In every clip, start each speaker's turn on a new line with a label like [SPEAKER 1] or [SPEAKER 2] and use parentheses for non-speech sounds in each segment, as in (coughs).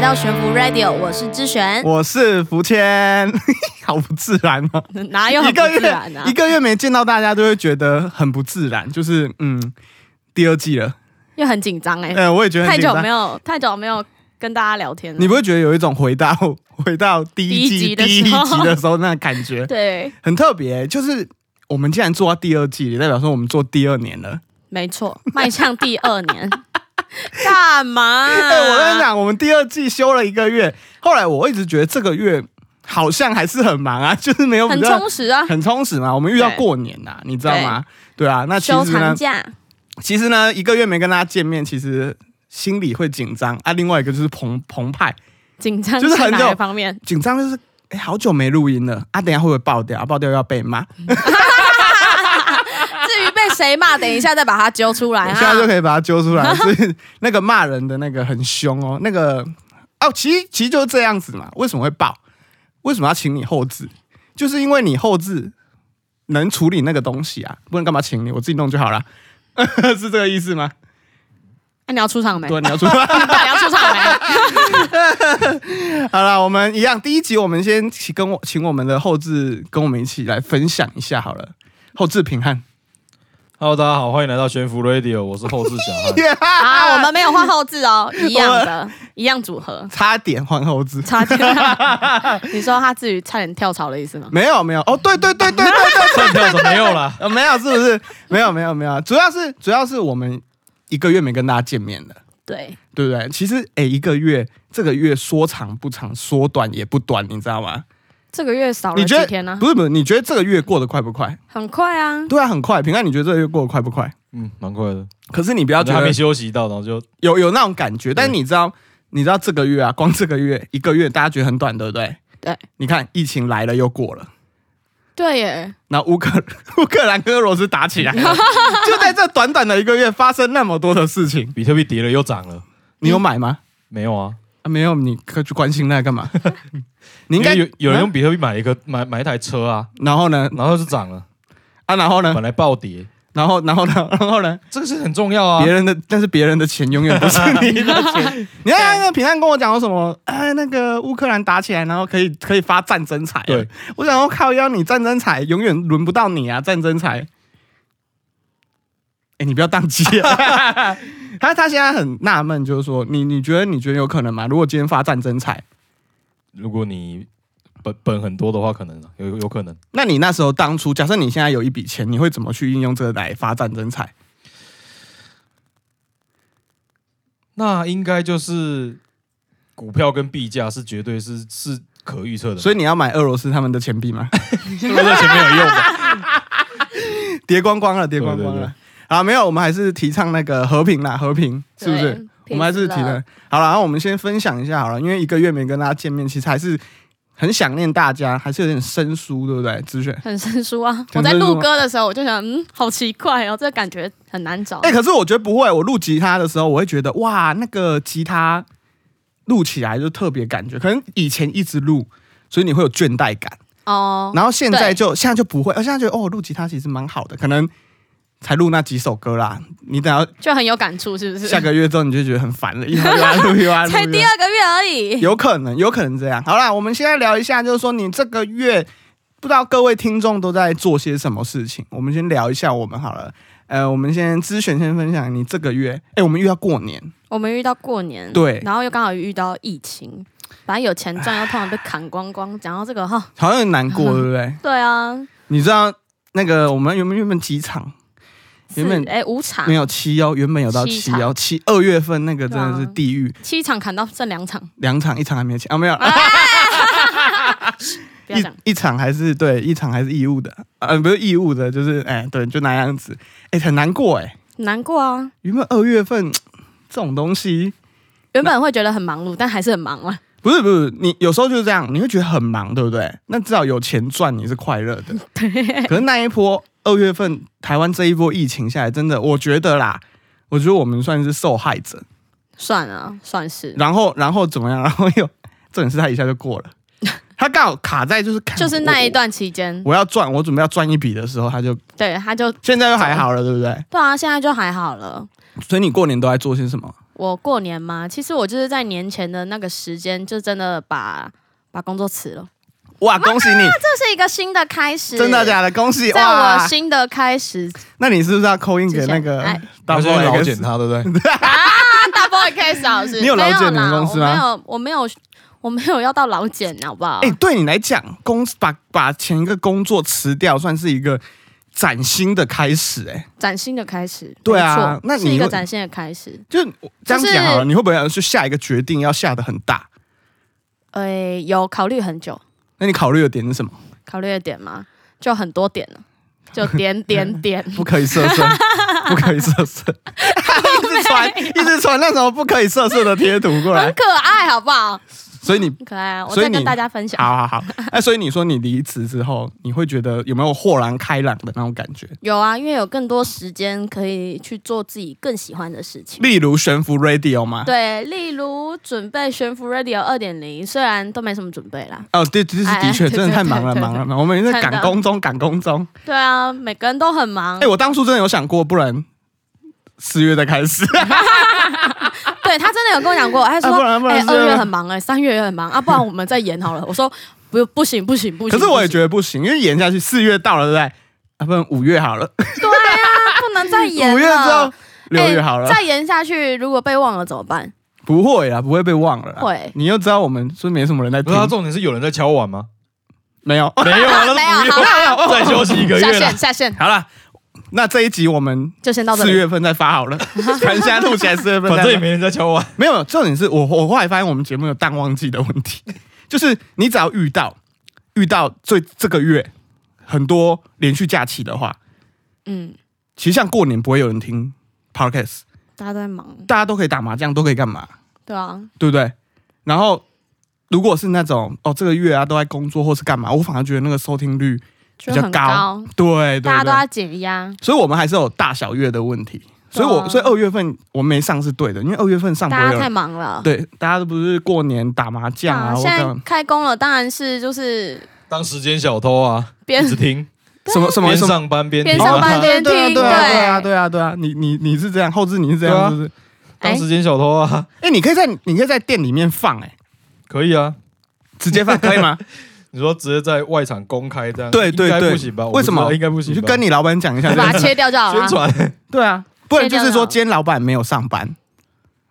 [SPEAKER 1] 到悬浮 Radio，我是知 (laughs)
[SPEAKER 2] (laughs)
[SPEAKER 1] 璇，
[SPEAKER 2] 我是福谦， (laughs) 好不自然哦。
[SPEAKER 1] 哪有
[SPEAKER 2] 一
[SPEAKER 1] 很不
[SPEAKER 2] 个
[SPEAKER 1] 自
[SPEAKER 2] 月、
[SPEAKER 1] 然啊
[SPEAKER 2] 一？个月没见到大家，都会觉得很不自然，就是嗯，第二季了，
[SPEAKER 1] 又很紧张哎，
[SPEAKER 2] 呃，我也觉得
[SPEAKER 1] 太
[SPEAKER 2] 很紧
[SPEAKER 1] 久
[SPEAKER 2] 张
[SPEAKER 1] 没。有太久没有跟大家聊天了。
[SPEAKER 2] 你不会觉得有一种回到 (laughs) 回到第一
[SPEAKER 1] 第一集
[SPEAKER 2] 季
[SPEAKER 1] 的
[SPEAKER 2] 第一
[SPEAKER 1] 时候
[SPEAKER 2] 集的时候那个感觉，
[SPEAKER 1] (laughs) 对，
[SPEAKER 2] 很特别、就是我们既然做到第二季，也代表说我们做第二年了。
[SPEAKER 1] 没错，迈向第二
[SPEAKER 2] (laughs)
[SPEAKER 1] 年，干嘛？
[SPEAKER 2] 对、哎我跟你讲，我们第二季休了一个月，后来我一直觉得这个月好像还是很忙啊，就是没有比
[SPEAKER 1] 很
[SPEAKER 2] 较
[SPEAKER 1] 充实
[SPEAKER 2] (laughs)
[SPEAKER 1] 啊，
[SPEAKER 2] 很充实嘛。我们遇到过年呐、你知道吗？对啊，那其
[SPEAKER 1] 休
[SPEAKER 2] 实呢
[SPEAKER 1] 长，假，
[SPEAKER 2] 其实呢，一个月没跟大家见面，其实心里会紧张啊。另外一个就是澎澎湃，
[SPEAKER 1] 紧张
[SPEAKER 2] 就是很
[SPEAKER 1] 哪
[SPEAKER 2] 久
[SPEAKER 1] 一方面？
[SPEAKER 2] 紧张就是哎、好久没录音了啊，等一下会不会爆掉？啊爆掉要被骂，
[SPEAKER 1] 至于被谁骂，等一下再把它揪出来啊
[SPEAKER 2] (laughs) 我现在就
[SPEAKER 1] 哈。
[SPEAKER 2] 可以把它揪出来。所以那个骂人的那个很凶哦，那个哦，其实其实就是这样子嘛。为什么会爆？为什么要请你后置？就是因为你后置能处理那个东西啊，不然干嘛请你？我自己弄就好了， (laughs) 是这个意思吗？
[SPEAKER 1] 那啊你要出场没？啊
[SPEAKER 2] 对，你要出来。
[SPEAKER 1] 你到底要出场
[SPEAKER 2] (laughs)
[SPEAKER 1] 没？
[SPEAKER 2] 好了，我们一样，第一集我们先请跟我请我们的后置跟我们一起来分享一下好了。后置平汉，
[SPEAKER 3] Hello，大家好，欢迎来到悬浮 Radio，我是后置小汉。 (laughs)
[SPEAKER 1] 啊，我们没有换后置哦，一样的，一样组合。
[SPEAKER 2] (laughs) 差点换后置，
[SPEAKER 1] 差点，啊 (laughs) 你说他至于差点跳槽的意思吗？
[SPEAKER 2] 没有没有哦，对对对对对对， (laughs)
[SPEAKER 3] 算票怎么没有啦？
[SPEAKER 2] 呃没有是不是？没有没有没有，主要是主要是我们一个月没跟大家见面了，
[SPEAKER 1] 对，
[SPEAKER 2] 对不对？其实哎、一个月这个月说长不长，说短也不短，你知道吗？
[SPEAKER 1] 这个月少了
[SPEAKER 2] 你觉
[SPEAKER 1] 几
[SPEAKER 2] 得
[SPEAKER 1] 天呢、啊
[SPEAKER 2] 不是不是？你觉得这个月过得快不快？
[SPEAKER 1] 很快啊，
[SPEAKER 2] 对啊，很快。平安，你觉得这个月过得快不快？
[SPEAKER 3] 嗯，蛮快的，
[SPEAKER 2] 可是你不要
[SPEAKER 3] 然
[SPEAKER 2] 觉
[SPEAKER 3] 后还
[SPEAKER 2] 得
[SPEAKER 3] 没休息到，然后就
[SPEAKER 2] 有有那种感觉，但是你知道，你知道这个月啊，光这个月一个月，大家觉得很短，对不对？
[SPEAKER 1] 对。
[SPEAKER 2] 你看，疫情来了又过了，
[SPEAKER 1] 对耶，
[SPEAKER 2] 然后乌克 (laughs) 乌克兰跟俄罗斯打起来 (laughs) 了，就在这短短的一个月发生那么多的事情，
[SPEAKER 3] 比特币跌了又涨了。
[SPEAKER 2] 你有买吗？
[SPEAKER 3] 没有啊，
[SPEAKER 2] 啊，没有，你可去关心那干 (laughs) 嘛？你应该
[SPEAKER 3] 因为有有人用
[SPEAKER 2] 啊
[SPEAKER 3] 比特币买了一个买买一台车啊，
[SPEAKER 2] 然后呢？
[SPEAKER 3] 然后就涨了，
[SPEAKER 2] 啊，然后呢 (laughs)
[SPEAKER 3] 本？来暴跌，
[SPEAKER 2] 然后，然后呢？然后呢？
[SPEAKER 3] 这个是很重要啊
[SPEAKER 2] 别。人的，但是别人的钱永远不是你的钱。你
[SPEAKER 3] 啊
[SPEAKER 2] 看那个平安跟我讲说什么？哎，那个乌克兰打起来，然后可以可以发战争财。
[SPEAKER 3] 对，
[SPEAKER 2] 我想说靠腰，你战争财永远轮不到你啊，战争财。哎，你不要宕机
[SPEAKER 3] (laughs)
[SPEAKER 2] 啊。他他现在很纳闷，就是说，你你觉得你觉得有可能吗？如果今天发战争财，
[SPEAKER 3] (laughs) 如果你本本很多的话，可能啊有有可能。
[SPEAKER 2] 那你那时候当初，假设你现在有一笔钱，你会怎么去运用这个来发战争财？
[SPEAKER 3] 那应该就是股票跟币价是绝对是是可预测的嘛，
[SPEAKER 2] 所以你要买俄罗斯他们的钱币吗？ (laughs)
[SPEAKER 3] 以我在前面有用的。
[SPEAKER 2] 跌光光了，跌光光
[SPEAKER 3] 对对
[SPEAKER 2] 了。啊，没有，我们还是提倡那个和平啦，和平是不是
[SPEAKER 1] 对？
[SPEAKER 2] 我们还是提的。好了，那我们先分享一下好了，因为一个月没跟大家见面，其实还是很想念大家，还是有点生疏，对不对？子选。
[SPEAKER 1] 很生疏啊！
[SPEAKER 2] 很
[SPEAKER 1] 我在
[SPEAKER 2] 生疏
[SPEAKER 1] 录
[SPEAKER 2] 吗
[SPEAKER 1] 歌的时候，我就想，嗯，好奇怪哦，这个感觉很难找。
[SPEAKER 2] 哎、可是我觉得不会，我录吉他的时候，我会觉得哇，那个吉他录起来就特别感觉，可能以前一直录，所以你会有倦怠感。
[SPEAKER 1] 哦，
[SPEAKER 2] 然后现在
[SPEAKER 1] 对
[SPEAKER 2] 就现在就不会，而现在觉得哦，录吉他其实蛮好的，可能才录那几首歌啦。你等到
[SPEAKER 1] 就很有感触，是不是？
[SPEAKER 2] 下个月之后，你就觉得很烦了，又要录又要录，
[SPEAKER 1] (laughs) 才第二个月而已，
[SPEAKER 2] (laughs) 有可能有可能这样。好啦，我们现在聊一下，就是说你这个月不知道各位听众都在做些什么事情，我们先聊一下我们好了。呃，我们先咨询先分享你这个月，哎、我们遇到过年，
[SPEAKER 1] 我们遇到过年，
[SPEAKER 2] 对
[SPEAKER 1] 然后又刚好遇到疫情，反正有钱赚又通常被砍光光。讲到这个哈，
[SPEAKER 2] 好像很难
[SPEAKER 1] (laughs)
[SPEAKER 2] 过，对不对？
[SPEAKER 1] 对啊，
[SPEAKER 2] 你知道那个我们原本原本几场原本
[SPEAKER 1] 是哎五场
[SPEAKER 2] 没有七幺，原本有到
[SPEAKER 1] 七
[SPEAKER 2] 七
[SPEAKER 1] 场
[SPEAKER 2] 幺七，二月份那个真的是
[SPEAKER 1] 对啊
[SPEAKER 2] 地狱，
[SPEAKER 1] 七场砍到剩两场，
[SPEAKER 2] 两场，一场还没有钱啊，没有，
[SPEAKER 1] 不要讲，
[SPEAKER 2] 一一场还是对，一场还是义务的，呃，不是义务的，就是哎、对，就那样子，哎、很难过哎、
[SPEAKER 1] 难过啊。
[SPEAKER 2] 原本二月份这种东西，
[SPEAKER 1] 原本会觉得很忙碌，但还是很忙啊。
[SPEAKER 2] 不是不是，你有时候就是这样，你会觉得很忙，对不对？那至少有钱赚，你是快乐
[SPEAKER 1] (laughs)
[SPEAKER 2] 的。对。可是那一波二月份台湾这一波疫情下来，真的，我觉得啦，我觉得我们算是受害者。
[SPEAKER 1] 算了，算是，
[SPEAKER 2] 然后然后怎么样？然后又， (laughs) 重点是他一下就过
[SPEAKER 1] (laughs)
[SPEAKER 2] 了，他刚好卡在就是看
[SPEAKER 1] 就是那一
[SPEAKER 2] 我
[SPEAKER 1] 段期间，
[SPEAKER 2] 我要赚，我准备要赚一笔的时候，他就
[SPEAKER 1] 对，他就
[SPEAKER 2] 现在又还好了，对不对？
[SPEAKER 1] 对啊，现在就还好了。
[SPEAKER 2] 所以你过年都在做些什么？
[SPEAKER 1] 我过年嘛，其实我就是在年前的那个时间，就真的把把工作辞了，
[SPEAKER 2] 哇，恭喜你，
[SPEAKER 1] 这是一个新的开始，
[SPEAKER 2] 真的假的？恭喜
[SPEAKER 1] 在我
[SPEAKER 2] 哇！
[SPEAKER 1] 新的开始之
[SPEAKER 2] 那你是不是要扣音给
[SPEAKER 1] 前，
[SPEAKER 2] 那个 (laughs)
[SPEAKER 1] 哎
[SPEAKER 3] (laughs) 大
[SPEAKER 2] 大
[SPEAKER 3] 家
[SPEAKER 2] 波
[SPEAKER 3] 老
[SPEAKER 2] 老
[SPEAKER 3] 检他，对不对？
[SPEAKER 1] 那大 boy 可以少是？
[SPEAKER 2] 你有劳检
[SPEAKER 1] 没有啦
[SPEAKER 2] 你们公司吗
[SPEAKER 1] 我没有，我没有，我没有要到老检，好不好？
[SPEAKER 2] 哎、对你来讲，工把把前一个工作辞掉，算是一个崭新的开始、哎，
[SPEAKER 1] 崭新的开始，
[SPEAKER 2] 对啊
[SPEAKER 1] 没错
[SPEAKER 2] 那你
[SPEAKER 1] 是一个
[SPEAKER 2] 会
[SPEAKER 1] 崭新的开始。
[SPEAKER 2] 就是我这样
[SPEAKER 1] 就是
[SPEAKER 2] 讲好了，你会不会就下一个决定要下的很大？
[SPEAKER 1] 哎，有考虑很久，
[SPEAKER 2] 那你考虑的点是什么？
[SPEAKER 1] 考虑的点吗？就很多点了，就点
[SPEAKER 2] (laughs)
[SPEAKER 1] 点点。
[SPEAKER 2] 不可以色
[SPEAKER 1] (laughs)
[SPEAKER 2] 色，不可以色色，一直传一直传那种不可以色色的贴图过
[SPEAKER 1] 很
[SPEAKER 2] 来，
[SPEAKER 1] 可爱，好不好？
[SPEAKER 2] 所以你
[SPEAKER 1] 很可爱啊！我
[SPEAKER 2] 所以
[SPEAKER 1] 再
[SPEAKER 2] 你
[SPEAKER 1] 跟大家分享。
[SPEAKER 2] 好好好，哎，所以你说你离职之后，你会觉得有没有豁然开朗的那种感觉？
[SPEAKER 1] 有啊，因为有更多时间可以去做自己更喜欢的事情。
[SPEAKER 2] 例如悬浮 radio 吗？
[SPEAKER 1] 对，例如准备悬浮 Radio 二点零，虽然都没什么准备啦。
[SPEAKER 2] 哦，对，就是
[SPEAKER 1] 哎
[SPEAKER 2] 的确，
[SPEAKER 1] 对
[SPEAKER 2] 真的
[SPEAKER 1] 对
[SPEAKER 2] 太
[SPEAKER 1] 对
[SPEAKER 2] 忙了，
[SPEAKER 1] 对
[SPEAKER 2] 忙
[SPEAKER 1] 对
[SPEAKER 2] 了，忙了。我们也在
[SPEAKER 1] 真
[SPEAKER 2] 赶
[SPEAKER 1] 的
[SPEAKER 2] 工中，赶工中。
[SPEAKER 1] 对啊，每个人都很忙。
[SPEAKER 2] 哎，我当初真的有想过，不然四月再开始，
[SPEAKER 1] 对他真的有跟我讲过，他说
[SPEAKER 2] 啊不然不然
[SPEAKER 1] 哎
[SPEAKER 2] 是
[SPEAKER 1] 二月很忙哎，三月也很忙啊，不然我们再延好了。我说不不行不行不行。
[SPEAKER 2] (laughs) 可是我也
[SPEAKER 1] 得
[SPEAKER 2] 觉得不行，因为延下去四月到了，对不对？啊，不然五月好了，
[SPEAKER 1] 对啊，不能再延了。
[SPEAKER 2] (laughs) 五月之后六月
[SPEAKER 1] 哎
[SPEAKER 2] 好了，
[SPEAKER 1] 再延下去如果被忘了怎么办？
[SPEAKER 2] 不会啦，不会被忘了啦。
[SPEAKER 1] 会
[SPEAKER 2] 你又知道我们是没什么人在
[SPEAKER 3] 不
[SPEAKER 2] 听
[SPEAKER 3] 是，他，啊重点是有人在敲碗吗？
[SPEAKER 2] 没有，
[SPEAKER 3] (laughs) 没有啊，那
[SPEAKER 1] 没有
[SPEAKER 3] 不用
[SPEAKER 1] 好
[SPEAKER 3] 啊 (laughs) 再 (laughs) 休息一个
[SPEAKER 1] 下
[SPEAKER 3] 月啦
[SPEAKER 1] 线。下线
[SPEAKER 2] 好了，那这一集我们
[SPEAKER 1] 就先到这
[SPEAKER 2] 四
[SPEAKER 1] 里。
[SPEAKER 2] 月份再发好
[SPEAKER 1] (laughs)
[SPEAKER 2] 了，看一下录起来四月份再发。
[SPEAKER 3] 反正也没人在敲碗，
[SPEAKER 2] 没有，重点是我我后来发现我们节目有淡旺季的问题， (laughs) 就是你只要遇到遇到最这个月很多连续假期的话，
[SPEAKER 1] 嗯，
[SPEAKER 2] 其实像过年不会有人听 podcast，
[SPEAKER 1] 大家都在忙，
[SPEAKER 2] 大家都可以打麻将，都可以干嘛，
[SPEAKER 1] 对啊，
[SPEAKER 2] 对不对？然后如果是那种哦这个月啊都在工作或是干嘛，我反而觉得那个收听率
[SPEAKER 1] 就
[SPEAKER 2] 比较
[SPEAKER 1] 很
[SPEAKER 2] 高
[SPEAKER 1] 高，
[SPEAKER 2] 对对
[SPEAKER 1] 大家
[SPEAKER 2] 对
[SPEAKER 1] 都在减压，
[SPEAKER 2] 所以我们还是有大小月的问题。所以我，
[SPEAKER 1] 对啊
[SPEAKER 2] 所以二月份我没上是对的，因为二月份上不
[SPEAKER 1] 大
[SPEAKER 2] 会
[SPEAKER 1] 家
[SPEAKER 2] 有
[SPEAKER 1] 太
[SPEAKER 2] 人
[SPEAKER 1] 忙了。
[SPEAKER 2] 对，大家都不是过年打麻将啊，
[SPEAKER 1] 啊，
[SPEAKER 2] 或
[SPEAKER 1] 现
[SPEAKER 2] 干
[SPEAKER 1] 在
[SPEAKER 2] 嘛
[SPEAKER 1] 开工了，当然是就是
[SPEAKER 3] (laughs) 当时间小偷啊，
[SPEAKER 1] 边
[SPEAKER 3] 一直听，
[SPEAKER 2] 什么什么
[SPEAKER 3] 边
[SPEAKER 2] 什么。
[SPEAKER 3] 上班边
[SPEAKER 1] 边
[SPEAKER 3] 听
[SPEAKER 1] 上班
[SPEAKER 3] 啊
[SPEAKER 1] 边听，
[SPEAKER 2] 啊对啊，对啊，对啊，
[SPEAKER 1] 对
[SPEAKER 2] 对啊，对啊！你你你是这样，后置你是这
[SPEAKER 3] 对啊
[SPEAKER 2] 样，是不是？
[SPEAKER 3] 当
[SPEAKER 1] 哎
[SPEAKER 3] 时间小偷啊，
[SPEAKER 2] 哎，你可以在你可以在店里面放，哎，
[SPEAKER 3] 可以啊。
[SPEAKER 2] 直接放可以 (laughs) 吗？
[SPEAKER 3] 你说直接在外场公开这样，
[SPEAKER 2] 对对
[SPEAKER 3] 应该
[SPEAKER 2] 对
[SPEAKER 3] 不行吧？我不
[SPEAKER 2] 为什么
[SPEAKER 3] 知道应该不行
[SPEAKER 2] 你
[SPEAKER 3] 吧？
[SPEAKER 2] 去跟你老板讲一下这
[SPEAKER 1] 把它
[SPEAKER 2] 件事。
[SPEAKER 1] 切掉就好了
[SPEAKER 3] 宣
[SPEAKER 1] 啊。
[SPEAKER 3] 传，
[SPEAKER 2] 对啊，不然
[SPEAKER 1] 切
[SPEAKER 2] 就
[SPEAKER 1] 掉
[SPEAKER 2] 是说
[SPEAKER 1] 了
[SPEAKER 2] 今天老板没有上班，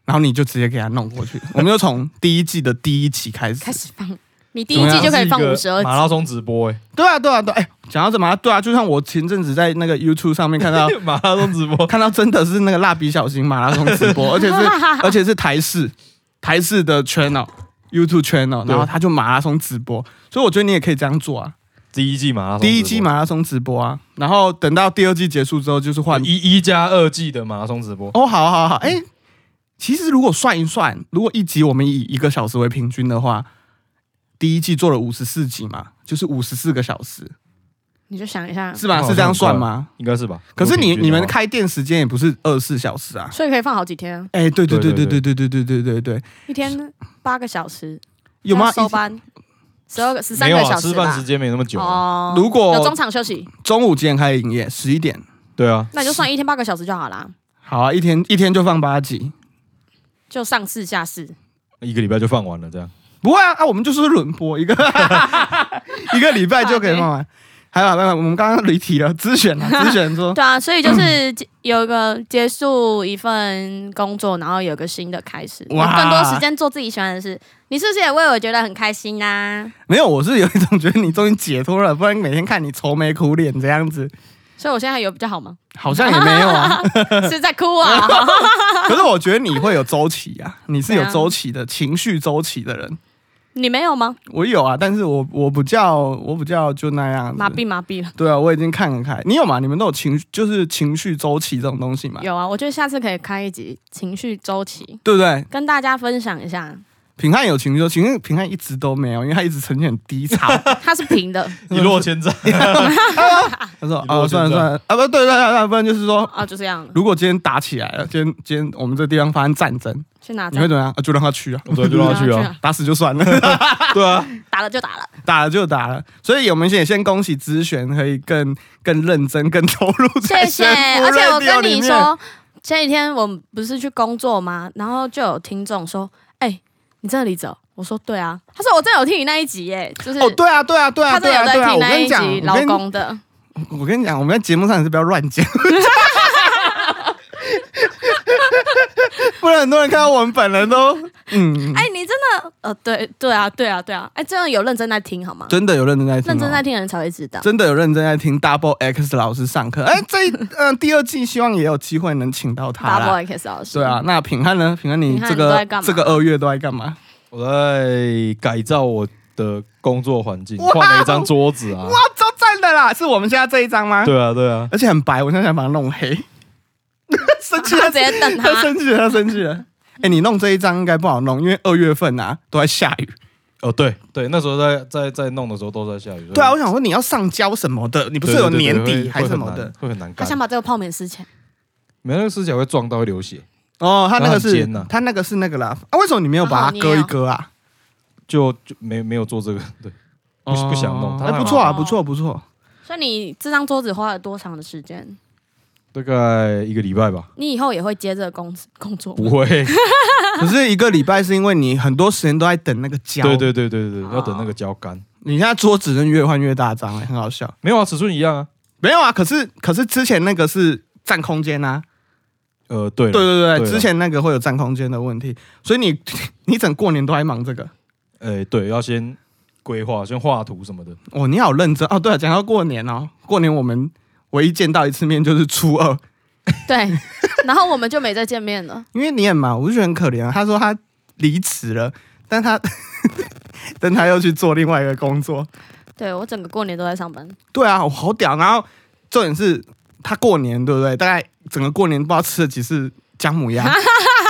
[SPEAKER 2] 然后你就直接给他弄 (laughs) 过去。我们就从第一季的第一期开始
[SPEAKER 1] 开。始放，你第一季就可以放五十二集
[SPEAKER 3] 马，拉松直播，
[SPEAKER 2] (laughs)
[SPEAKER 3] 哎，
[SPEAKER 2] 对啊，对啊，对啊，哎，讲到什么啊？对啊，就像我前阵子在那个 YouTube 上面看到
[SPEAKER 3] 马拉松直播，
[SPEAKER 2] 看到真的是那个蜡笔小新马拉松直播，而且是而且是台式台式的 channel YouTube channel，然后他就马拉松直播，所以我觉得你也可以这样做啊，
[SPEAKER 3] 第一季马拉松直播，
[SPEAKER 2] 第一季马拉松直播啊，然后等到第二季结束之后就是换
[SPEAKER 3] 啊一一加二季的马拉松直播，
[SPEAKER 2] 哦，好好好，哎、其实如果算一算，如果一集我们以一个小时为平均的话，第一季做了五十四集嘛，就是五十四个小时，
[SPEAKER 1] 你就想一下，
[SPEAKER 2] 是吧？
[SPEAKER 3] 哇
[SPEAKER 2] 啊是这样算吗？
[SPEAKER 3] 应该是吧？
[SPEAKER 2] 可是你
[SPEAKER 3] 如果平均的话
[SPEAKER 2] 你们开店时间也不是二十四小时啊。
[SPEAKER 1] 所以可以放好几天啊，
[SPEAKER 2] 哎、对对对对
[SPEAKER 3] 对
[SPEAKER 2] 对
[SPEAKER 3] 对
[SPEAKER 2] 对对对对对对，
[SPEAKER 1] 一天八个小时，
[SPEAKER 2] 有吗
[SPEAKER 1] 要？收班十二个十三
[SPEAKER 3] 没有
[SPEAKER 1] 个
[SPEAKER 3] 啊，
[SPEAKER 1] 小
[SPEAKER 3] 吃
[SPEAKER 1] 时
[SPEAKER 3] 饭时
[SPEAKER 1] 吧？
[SPEAKER 3] 间没那么久啊，
[SPEAKER 1] 哦
[SPEAKER 2] 如果
[SPEAKER 1] 有中场休息，
[SPEAKER 2] 中午几点开始营业？十一点。
[SPEAKER 3] 对啊，
[SPEAKER 1] 那你就算一天八个小时就好啦，
[SPEAKER 2] 好啊，一天一天就放八集。
[SPEAKER 1] 就上四下四。
[SPEAKER 3] 一个礼拜就放完了
[SPEAKER 2] (laughs)
[SPEAKER 3] 这样。
[SPEAKER 2] 不会啊，啊，我们就是轮
[SPEAKER 1] (laughs)
[SPEAKER 2] 播一个一个礼拜就可以放完。还有，还有，我们刚刚离题了，咨询
[SPEAKER 1] (laughs)
[SPEAKER 2] 啊，咨询说，
[SPEAKER 1] 对啊，所以
[SPEAKER 2] 嗯
[SPEAKER 1] 就是结有一个结束一份工作，然后有个新的开始，有
[SPEAKER 2] 哇
[SPEAKER 1] 更多时间做自己喜欢的事。你是不是也为我觉得很开心啊呐、
[SPEAKER 2] 没有，我是有一种觉得你终于解脱了，不然每天看你愁眉苦脸这样子，
[SPEAKER 1] 所以我现在有比较好
[SPEAKER 2] (laughs)
[SPEAKER 1] 吗？
[SPEAKER 2] 好像也没有啊。
[SPEAKER 1] (laughs) 是在哭
[SPEAKER 2] (laughs)
[SPEAKER 1] 啊？
[SPEAKER 2] 可是我觉得你会有周期啊，你是有
[SPEAKER 1] 对啊
[SPEAKER 2] 周期的情绪周期的人。
[SPEAKER 1] 你没有吗？
[SPEAKER 2] 我有啊，但是我我不叫我不叫就那样子
[SPEAKER 1] 麻痹麻痹了。
[SPEAKER 2] 对啊，我已经看很开。你有吗？你们都有情绪，就是情绪周期这种东西嘛，
[SPEAKER 1] 有啊，我觉得下次可以开一集情绪周期，
[SPEAKER 2] 对不对？
[SPEAKER 1] 跟大家分享一下。
[SPEAKER 2] 平汉有情绪周期，因为平汉一直都没有，因为他一直呈现很
[SPEAKER 1] (laughs)
[SPEAKER 2] 低潮。
[SPEAKER 1] 它是平
[SPEAKER 2] (laughs)
[SPEAKER 1] 的
[SPEAKER 3] 一落
[SPEAKER 1] (laughs)
[SPEAKER 3] 千丈，
[SPEAKER 2] 他说：“
[SPEAKER 3] 一
[SPEAKER 2] 哦，
[SPEAKER 3] 落
[SPEAKER 2] 算
[SPEAKER 3] 千
[SPEAKER 2] 了算
[SPEAKER 3] 丈
[SPEAKER 2] 了，啊，不对对对对，不然就是说，
[SPEAKER 1] 啊，就这样了。
[SPEAKER 2] 如果今天打起来了，今天今天我们这地方发生战争，
[SPEAKER 1] 去哪
[SPEAKER 2] 你会怎
[SPEAKER 1] (laughs)
[SPEAKER 2] 么样？啊、就让他去啊，
[SPEAKER 3] 我对，就让他去啊，，
[SPEAKER 2] (laughs) 打死就算
[SPEAKER 3] (laughs)
[SPEAKER 2] 了，
[SPEAKER 3] 对啊，
[SPEAKER 1] 打了就打了。
[SPEAKER 2] 打了就打了。啊所以我们也先恭喜资璇可以更更认真、更投入
[SPEAKER 1] 谢
[SPEAKER 2] (laughs) 在
[SPEAKER 1] 谢，
[SPEAKER 2] 炫富
[SPEAKER 1] 而且我
[SPEAKER 2] radio
[SPEAKER 1] 跟
[SPEAKER 2] 里
[SPEAKER 1] 你
[SPEAKER 2] 面，
[SPEAKER 1] 说，前几天我们不是去工作吗？然后就有听众说：“哎、你真的离职哦？”我说：“对啊。”他说：“我真的有听你那一集耶，就是、
[SPEAKER 2] 哦，对啊，对啊，对
[SPEAKER 1] 他
[SPEAKER 2] 啊，
[SPEAKER 1] 真
[SPEAKER 2] 对
[SPEAKER 1] 的
[SPEAKER 2] 啊，
[SPEAKER 1] 有在
[SPEAKER 2] 对啊！
[SPEAKER 1] 听
[SPEAKER 2] 我
[SPEAKER 1] 那
[SPEAKER 2] 跟
[SPEAKER 1] 一
[SPEAKER 2] 你讲，
[SPEAKER 1] 集
[SPEAKER 2] 我
[SPEAKER 1] 劳
[SPEAKER 2] 跟
[SPEAKER 1] 工的。
[SPEAKER 2] 我跟你讲，我们在节目上也是不要乱讲， (laughs) 不然很多人看到我们本人都嗯，
[SPEAKER 1] 哎、你真的呃，对对啊，对啊，对啊，哎、真的有认真在听好吗？
[SPEAKER 2] 真的有认真在听、哦
[SPEAKER 1] 认真在，听的人才会知道。
[SPEAKER 2] 真的有认真在听 Double X 老师上课。哎、这嗯、呃第二季希望也有机会能请到他
[SPEAKER 1] Double
[SPEAKER 2] 啦。
[SPEAKER 1] X 老师，
[SPEAKER 2] 对啊，，那品汉呢？品汉，你
[SPEAKER 1] 品翰
[SPEAKER 2] 这
[SPEAKER 1] 你都
[SPEAKER 2] 个
[SPEAKER 1] 在干嘛
[SPEAKER 2] 这个二月都在干嘛？
[SPEAKER 3] 我在改造我的工作环境，
[SPEAKER 2] 哇哦
[SPEAKER 3] 换了一张桌子啊
[SPEAKER 1] 嗯
[SPEAKER 2] 哇。，哦超赞的啦！是我们现在这一张吗？，
[SPEAKER 3] 对啊，对啊，
[SPEAKER 2] 而且很白，我现在想把它
[SPEAKER 1] (laughs)
[SPEAKER 2] 弄黑。生气
[SPEAKER 1] 他
[SPEAKER 2] 了
[SPEAKER 1] 直，接
[SPEAKER 2] (laughs)
[SPEAKER 1] 瞪
[SPEAKER 2] 他
[SPEAKER 1] 他。
[SPEAKER 2] 生气了，他生气了。哎、你弄这一张应该不好弄，因为二月份啊都在下雨。
[SPEAKER 3] 哦，对对，那时候在在在弄的时候都在下雨。所以
[SPEAKER 2] 对啊，我想说你要上交什么的，你不是有
[SPEAKER 3] 嗯对对对
[SPEAKER 2] 年
[SPEAKER 3] 对
[SPEAKER 2] 底
[SPEAKER 3] 会
[SPEAKER 2] 还是
[SPEAKER 3] 会
[SPEAKER 2] 什
[SPEAKER 3] 很
[SPEAKER 2] 么
[SPEAKER 3] 难
[SPEAKER 2] 的？
[SPEAKER 3] 会很难
[SPEAKER 1] 他
[SPEAKER 3] 干
[SPEAKER 1] 想。把这个泡面撕起来，
[SPEAKER 3] 没那个撕起来会撞到会流血，
[SPEAKER 2] 哦，他那个
[SPEAKER 3] 它很
[SPEAKER 2] 是
[SPEAKER 3] 尖呐啊
[SPEAKER 2] 他那个是那个啦啊，为什么你没有把它割一割啊？
[SPEAKER 3] 就就没没有做这个， (laughs) 对，不不想弄它
[SPEAKER 2] 哎，
[SPEAKER 3] 还
[SPEAKER 2] 不错啊，
[SPEAKER 1] 好
[SPEAKER 2] 不错不错。
[SPEAKER 1] 所以你这张桌子花了多长的时间？
[SPEAKER 3] 大概一个礼拜吧。
[SPEAKER 1] 你以后也会接这个工工作吗？
[SPEAKER 2] (laughs)
[SPEAKER 3] 不会，对
[SPEAKER 2] 可是一个礼拜是因为你很多时间都在等那个胶，啊
[SPEAKER 3] 对对对对对，
[SPEAKER 1] 哦
[SPEAKER 3] 要等那个胶干。
[SPEAKER 2] 你现在桌子真越换越大张，哎，很好笑。
[SPEAKER 3] 没有啊，尺寸一样啊。
[SPEAKER 2] 没有啊，可是可是之前那个是占空间啊，
[SPEAKER 3] 呃，对
[SPEAKER 2] 对
[SPEAKER 3] 了，
[SPEAKER 2] 对对，
[SPEAKER 3] 对啊
[SPEAKER 2] 之前那个会有占空间的问题，所以你 (laughs) 你整过年都在忙这个。
[SPEAKER 3] 哎，对，要先规划，先画图什
[SPEAKER 2] (laughs)
[SPEAKER 3] 么的。
[SPEAKER 2] 哦，你好认真哦。对、啊，讲到过年哦，过年我们唯一见到一次面就是初二，
[SPEAKER 1] 对，然后我们就没再见面了。
[SPEAKER 2] 因为你很忙，我就觉得很可怜、啊。他说他离职了，但他 (laughs) 但他又去做另外一个工作。
[SPEAKER 1] 对我整个过年都在上班，
[SPEAKER 2] 对啊，我好屌。然后重点是他过年对不对？大概整个过年不知道吃了几次姜
[SPEAKER 1] (laughs)
[SPEAKER 2] 母鸭。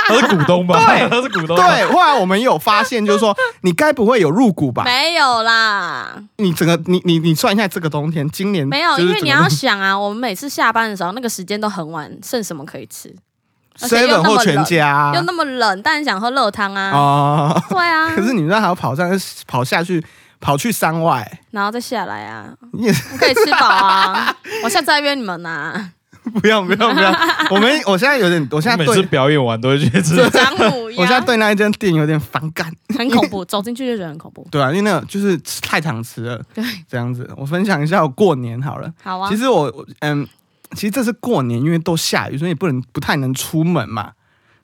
[SPEAKER 3] 他是股东吧？ (laughs)
[SPEAKER 2] 对
[SPEAKER 3] 他是股东。，
[SPEAKER 2] 对，后来我们有发现，就是说你该不会有入股吧？
[SPEAKER 1] 没有啦，
[SPEAKER 2] 你整个你你你算一下这个冬天，今年
[SPEAKER 1] 没有，
[SPEAKER 2] 嗯就是
[SPEAKER 1] 因为
[SPEAKER 2] 整
[SPEAKER 1] 你
[SPEAKER 2] 个
[SPEAKER 1] 要想啊， (laughs) 我们每次下班的时候，那个时间都很晚，剩什么可以吃？而且又
[SPEAKER 2] seven
[SPEAKER 1] 那么
[SPEAKER 2] 或全
[SPEAKER 1] 冷
[SPEAKER 2] 家啊
[SPEAKER 1] 又那么冷，当然想喝热汤啊。
[SPEAKER 2] 哦。 (laughs)
[SPEAKER 1] 对啊，
[SPEAKER 2] 可是你那还要跑上跑下去，跑去山外， (laughs)
[SPEAKER 1] 然后再下来啊，
[SPEAKER 2] 你也
[SPEAKER 1] 我可以吃饱
[SPEAKER 2] (laughs)
[SPEAKER 1] 啊。我下次再约你们啊呐、
[SPEAKER 2] 不要不要不要。我们我现在有点，我现在
[SPEAKER 3] 我每次
[SPEAKER 2] 对
[SPEAKER 3] 表演完都会去
[SPEAKER 2] (laughs)
[SPEAKER 3] 吃。
[SPEAKER 1] 啊，姜母
[SPEAKER 2] 我现在
[SPEAKER 1] 鸭
[SPEAKER 2] 对那一间店有点反
[SPEAKER 1] (laughs)
[SPEAKER 2] 感，
[SPEAKER 1] 很恐怖，走进去就觉得很恐
[SPEAKER 2] (laughs)
[SPEAKER 1] 怖。
[SPEAKER 2] 对啊，因为那个就是太常吃了，
[SPEAKER 1] 对，
[SPEAKER 2] 这样子。我分享一下我过年好了，
[SPEAKER 1] 好啊
[SPEAKER 2] 其，实我我嗯，其实这是过年，因为都下雨，所以也不能不太能出门嘛。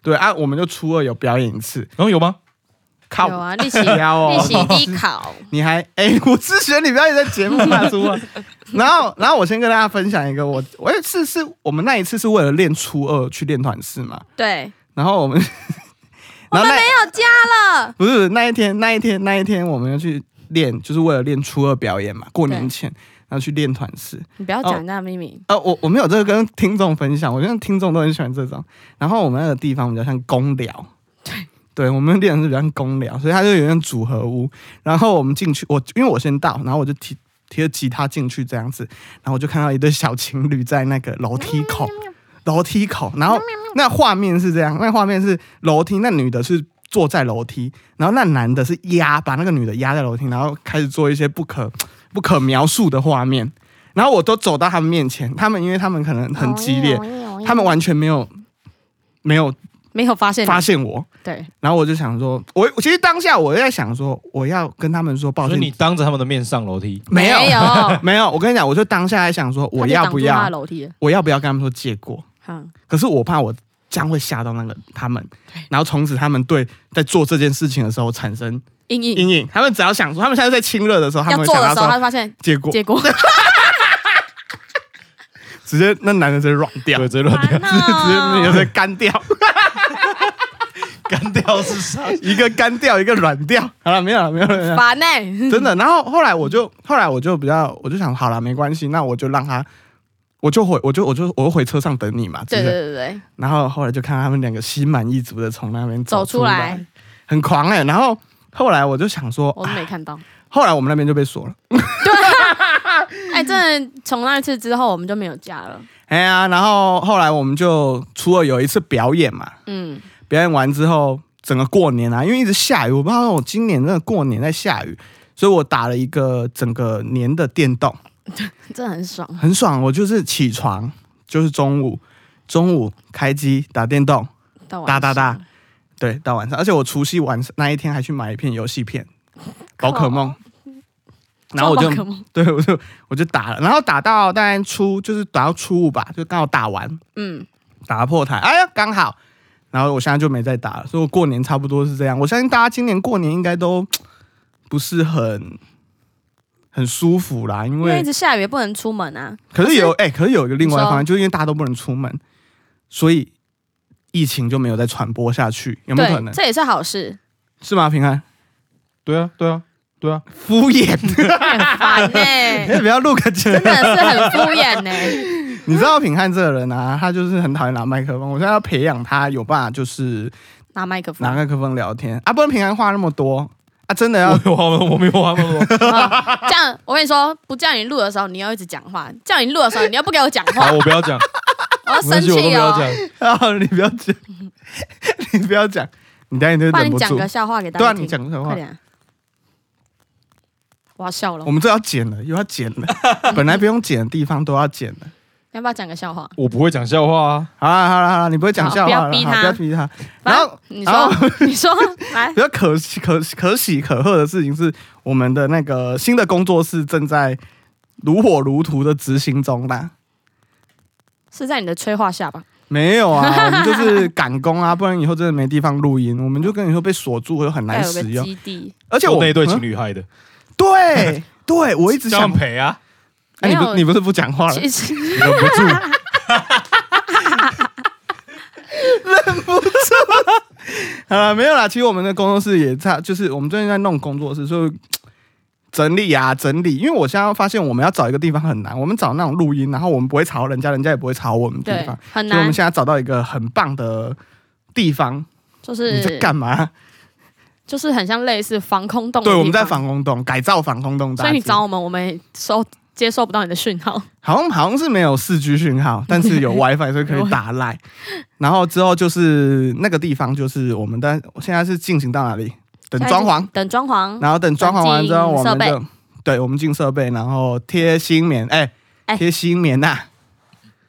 [SPEAKER 2] 对啊，我们就初二有表演一次，
[SPEAKER 3] 然后有吗？
[SPEAKER 2] 靠
[SPEAKER 1] 有啊，利息
[SPEAKER 2] 腰 (laughs) 哦
[SPEAKER 1] 利息低考，
[SPEAKER 2] 你还 (laughs) 哎、我是学你不要也在节目骂出啊。 (laughs) 然后，然后我先跟大家分享一个，我我也是是我们那一次是为了练初二去练团式嘛。
[SPEAKER 1] 对，
[SPEAKER 2] 然后我们， (laughs)
[SPEAKER 1] 我
[SPEAKER 2] 然后
[SPEAKER 1] 们
[SPEAKER 2] 那
[SPEAKER 1] 没有家了，
[SPEAKER 2] 不是那一天那一天那一天我们要去练，就是为了练初二表演嘛，过年前然后去练团式。
[SPEAKER 1] 你不要讲人家的秘密。
[SPEAKER 2] 呃，我我没有这个跟听众分享，我觉得听众都很喜欢这种。然后我们那个地方比较像公寮，对，我们练的是比较像公寮，所以它就有点组合屋。然后我们进去，我因为我先到，然后我就提提着吉他进去这样子，然后我就看到一对小情侣在那个楼梯口，楼梯口，然后那画面是这样，那画面是楼梯，那女的是。坐在楼梯，然后那男的是压把那个女的压在楼梯，然后开始做一些不可不可描述的画面。然后我都走到他们面前，他们因为他们可能很激
[SPEAKER 1] 哦
[SPEAKER 2] 烈，他们完全没有没有
[SPEAKER 1] 没有发现你，
[SPEAKER 2] 发现我。
[SPEAKER 1] 对，
[SPEAKER 2] 然后我就想说，我我其实当下我在想说，我要跟他们说抱
[SPEAKER 3] 所以
[SPEAKER 2] 歉，
[SPEAKER 3] 你当着他们的面上楼梯，
[SPEAKER 2] 没有
[SPEAKER 1] 没
[SPEAKER 2] 没有，我跟你讲，我就当下在想说， (laughs) 我要不
[SPEAKER 1] 他就挡住他的
[SPEAKER 2] 要
[SPEAKER 1] 楼梯了？
[SPEAKER 2] 我要不要跟他们说借过？
[SPEAKER 1] 嗯，
[SPEAKER 2] 可是我怕我将会吓到那个他们，然后从此他们对在做这件事情的时候产生
[SPEAKER 1] 硬硬
[SPEAKER 2] 阴影。他们只要想说，他们现在在亲热的时候，他
[SPEAKER 1] 要
[SPEAKER 2] 们会
[SPEAKER 1] 做
[SPEAKER 2] 想
[SPEAKER 1] 的时候，
[SPEAKER 2] 到
[SPEAKER 1] 他
[SPEAKER 2] 说
[SPEAKER 1] 就发现
[SPEAKER 2] 结果
[SPEAKER 1] 结
[SPEAKER 2] (laughs)
[SPEAKER 1] 果
[SPEAKER 2] 直接那男的直接软掉，
[SPEAKER 3] 对，
[SPEAKER 2] 直
[SPEAKER 3] 直接乱掉，
[SPEAKER 2] 接
[SPEAKER 1] 啊
[SPEAKER 2] 那个直接干掉。
[SPEAKER 3] (laughs) 干掉是啥？
[SPEAKER 2] (laughs) 一个干掉，一个软掉。好了，没有了，没有了，没有了
[SPEAKER 1] 烦欸呢、
[SPEAKER 2] (laughs) 真的。然后后来我就，后来我就比较，我就想，好了，没关系，那我就让他，我就回，我就我就我就回车上等你嘛。
[SPEAKER 1] 对
[SPEAKER 2] 就是
[SPEAKER 1] 对对对，
[SPEAKER 2] 然后后来就看到他们两个心满意足的从那边
[SPEAKER 1] 走
[SPEAKER 2] 出
[SPEAKER 1] 出来，哦
[SPEAKER 2] 很狂哎、然后后来我就想说，
[SPEAKER 1] 我都没
[SPEAKER 2] 啊
[SPEAKER 1] 看到。
[SPEAKER 2] 后来我们那边就被锁了。
[SPEAKER 1] 哎，真的，从那次之后我们就没有家了。
[SPEAKER 2] 哎呀，然后后来我们就初二有一次表演嘛，
[SPEAKER 1] 嗯，
[SPEAKER 2] 表演完之后，整个过年啊，因为一直下雨，我不知道我今年真的过年在下雨，所以我打了一个整个年的电动。
[SPEAKER 1] 真的很爽。
[SPEAKER 2] 很爽。我就是起床，就是中午中午开机打电动，
[SPEAKER 1] 到
[SPEAKER 2] 哒
[SPEAKER 1] 晚
[SPEAKER 2] 哒哒
[SPEAKER 1] 上，
[SPEAKER 2] 对，到晚上。而且我除夕晚上那一天还去买一片游戏片，宝可
[SPEAKER 1] (laughs)
[SPEAKER 2] 梦。然后我就
[SPEAKER 1] 抓宝可梦
[SPEAKER 2] (laughs) 对我就我就打了，然后打到大概初就是打到初五吧，就刚好打完
[SPEAKER 1] 嗯，
[SPEAKER 2] 打破台，哎呀刚好。然后我现在就没再打了，所以我过年差不多是这样。我相信大家今年过年应该都不是很很舒服啦，因
[SPEAKER 1] 因为
[SPEAKER 2] 为
[SPEAKER 1] 一直下雨也不能出门啊。
[SPEAKER 2] 可
[SPEAKER 1] 可
[SPEAKER 2] 是
[SPEAKER 1] 是
[SPEAKER 2] 有哎、可是有一个另外一
[SPEAKER 1] 你
[SPEAKER 2] 方
[SPEAKER 1] 说
[SPEAKER 2] 面，就是因为大家都不能出门，所以疫情就没有再传播下去，有没有可
[SPEAKER 1] 对，
[SPEAKER 2] 能？
[SPEAKER 1] 这也是好事。
[SPEAKER 2] 是吗？平安，
[SPEAKER 3] (laughs) 对啊，对啊，对啊，
[SPEAKER 2] 敷衍， (laughs)
[SPEAKER 1] 很烦呢、
[SPEAKER 2] 不要录个节
[SPEAKER 1] 真的是很敷衍欸呢、
[SPEAKER 2] 你知道平汉这个人啊，他就是很讨厌拿麦克风。我现在要培养他有办法，就是
[SPEAKER 1] 拿麦克风
[SPEAKER 2] (laughs) 拿，麦克风聊天啊，不然平安话那么多啊，真的要
[SPEAKER 3] 我有话吗？我没有话吗？我
[SPEAKER 1] 哦这样我跟你说，不叫你录的时候，你要一直讲话；叫你录的时候，你要不给我讲话
[SPEAKER 3] 好，，我不要讲，
[SPEAKER 1] 我要
[SPEAKER 3] 没
[SPEAKER 1] 生
[SPEAKER 3] 关系，我都
[SPEAKER 1] 气
[SPEAKER 3] 不要
[SPEAKER 1] 哦。。
[SPEAKER 2] (laughs)
[SPEAKER 3] 讲
[SPEAKER 2] 啊，你不要讲， (laughs) 你不要讲，你等下你就
[SPEAKER 1] 不然
[SPEAKER 2] 忍
[SPEAKER 1] 你
[SPEAKER 2] 不
[SPEAKER 1] 讲
[SPEAKER 2] 住
[SPEAKER 1] 个。笑话给大
[SPEAKER 2] 对啊，
[SPEAKER 1] 家听，
[SPEAKER 2] 你讲什么
[SPEAKER 1] 快
[SPEAKER 2] 话？
[SPEAKER 1] 点啊、我要笑了
[SPEAKER 2] 我，们这要剪了，又要剪
[SPEAKER 1] (laughs)
[SPEAKER 2] 了，本来不用剪的地方都要剪了。
[SPEAKER 1] 要不要讲个笑话？
[SPEAKER 3] 我不会讲笑话啊，
[SPEAKER 2] 好啦好啦好啦，你不会讲笑话
[SPEAKER 1] 好
[SPEAKER 2] 了，
[SPEAKER 1] 不要逼
[SPEAKER 2] 好
[SPEAKER 1] 他
[SPEAKER 2] 不要逼他。
[SPEAKER 1] 反
[SPEAKER 2] 然
[SPEAKER 1] 正
[SPEAKER 2] 后
[SPEAKER 1] 你
[SPEAKER 2] 然
[SPEAKER 1] (laughs) 说，你说，来
[SPEAKER 2] 比，较可喜可可喜可贺的事情是，我们的那个新的工作室正在如火如荼的执行中啦。
[SPEAKER 1] 是在你的催化
[SPEAKER 2] (laughs)
[SPEAKER 1] 下吧？
[SPEAKER 2] 没有啊，
[SPEAKER 1] (laughs)
[SPEAKER 2] 我们就是赶工啊，不然以后真的没地方录音，我们就跟你说被锁住又很
[SPEAKER 1] 要
[SPEAKER 2] 难
[SPEAKER 1] 有个
[SPEAKER 2] 使用。
[SPEAKER 1] 基地，
[SPEAKER 2] 而且我
[SPEAKER 3] 我
[SPEAKER 1] (laughs)
[SPEAKER 3] 那一对情
[SPEAKER 2] 侣，
[SPEAKER 3] 侣害的，
[SPEAKER 2] 对对，我一直
[SPEAKER 3] 想
[SPEAKER 2] 想，
[SPEAKER 3] 赔啊，
[SPEAKER 2] 哎，
[SPEAKER 1] 没
[SPEAKER 2] 你
[SPEAKER 1] 有
[SPEAKER 2] 不你不是不讲话了
[SPEAKER 1] 其？
[SPEAKER 2] (laughs)
[SPEAKER 1] 实
[SPEAKER 3] 忍不住，
[SPEAKER 2] (laughs) 好了，没有啦。其实我们的工作室也差，就是我们最近在弄工作室，所以整理啊整理。因为我现在发现我们要找一个地方很难，我们找那种录音，然后我们不会吵人家，人家也不会吵我们的地
[SPEAKER 1] 对
[SPEAKER 2] 方。
[SPEAKER 1] 很
[SPEAKER 2] 所以我
[SPEAKER 1] 难
[SPEAKER 2] 们，现在找到一个很棒的地方。
[SPEAKER 1] 就
[SPEAKER 2] 你在
[SPEAKER 1] 是
[SPEAKER 2] 干嘛？
[SPEAKER 1] 就是很像类似防空洞。
[SPEAKER 2] 对，我们在，防空洞改造防空洞大
[SPEAKER 1] 所
[SPEAKER 2] 致，
[SPEAKER 1] 以你找我们，我们也收接收不到你的讯号。
[SPEAKER 2] 好像好像是没有四 G 讯号，但
[SPEAKER 1] (laughs)
[SPEAKER 2] 是有 WiFi，所以可以打赖。然后之后就是那个地方，就是我们的现在是进行到哪里？等装潢，，
[SPEAKER 1] 等装潢，
[SPEAKER 2] 然后等装潢完之后，
[SPEAKER 1] 嗯进
[SPEAKER 2] 我
[SPEAKER 1] 设
[SPEAKER 2] 们
[SPEAKER 1] 备
[SPEAKER 2] 就对，我们进设备，然后贴新棉，哎、
[SPEAKER 1] 哎
[SPEAKER 2] 贴新棉呐、啊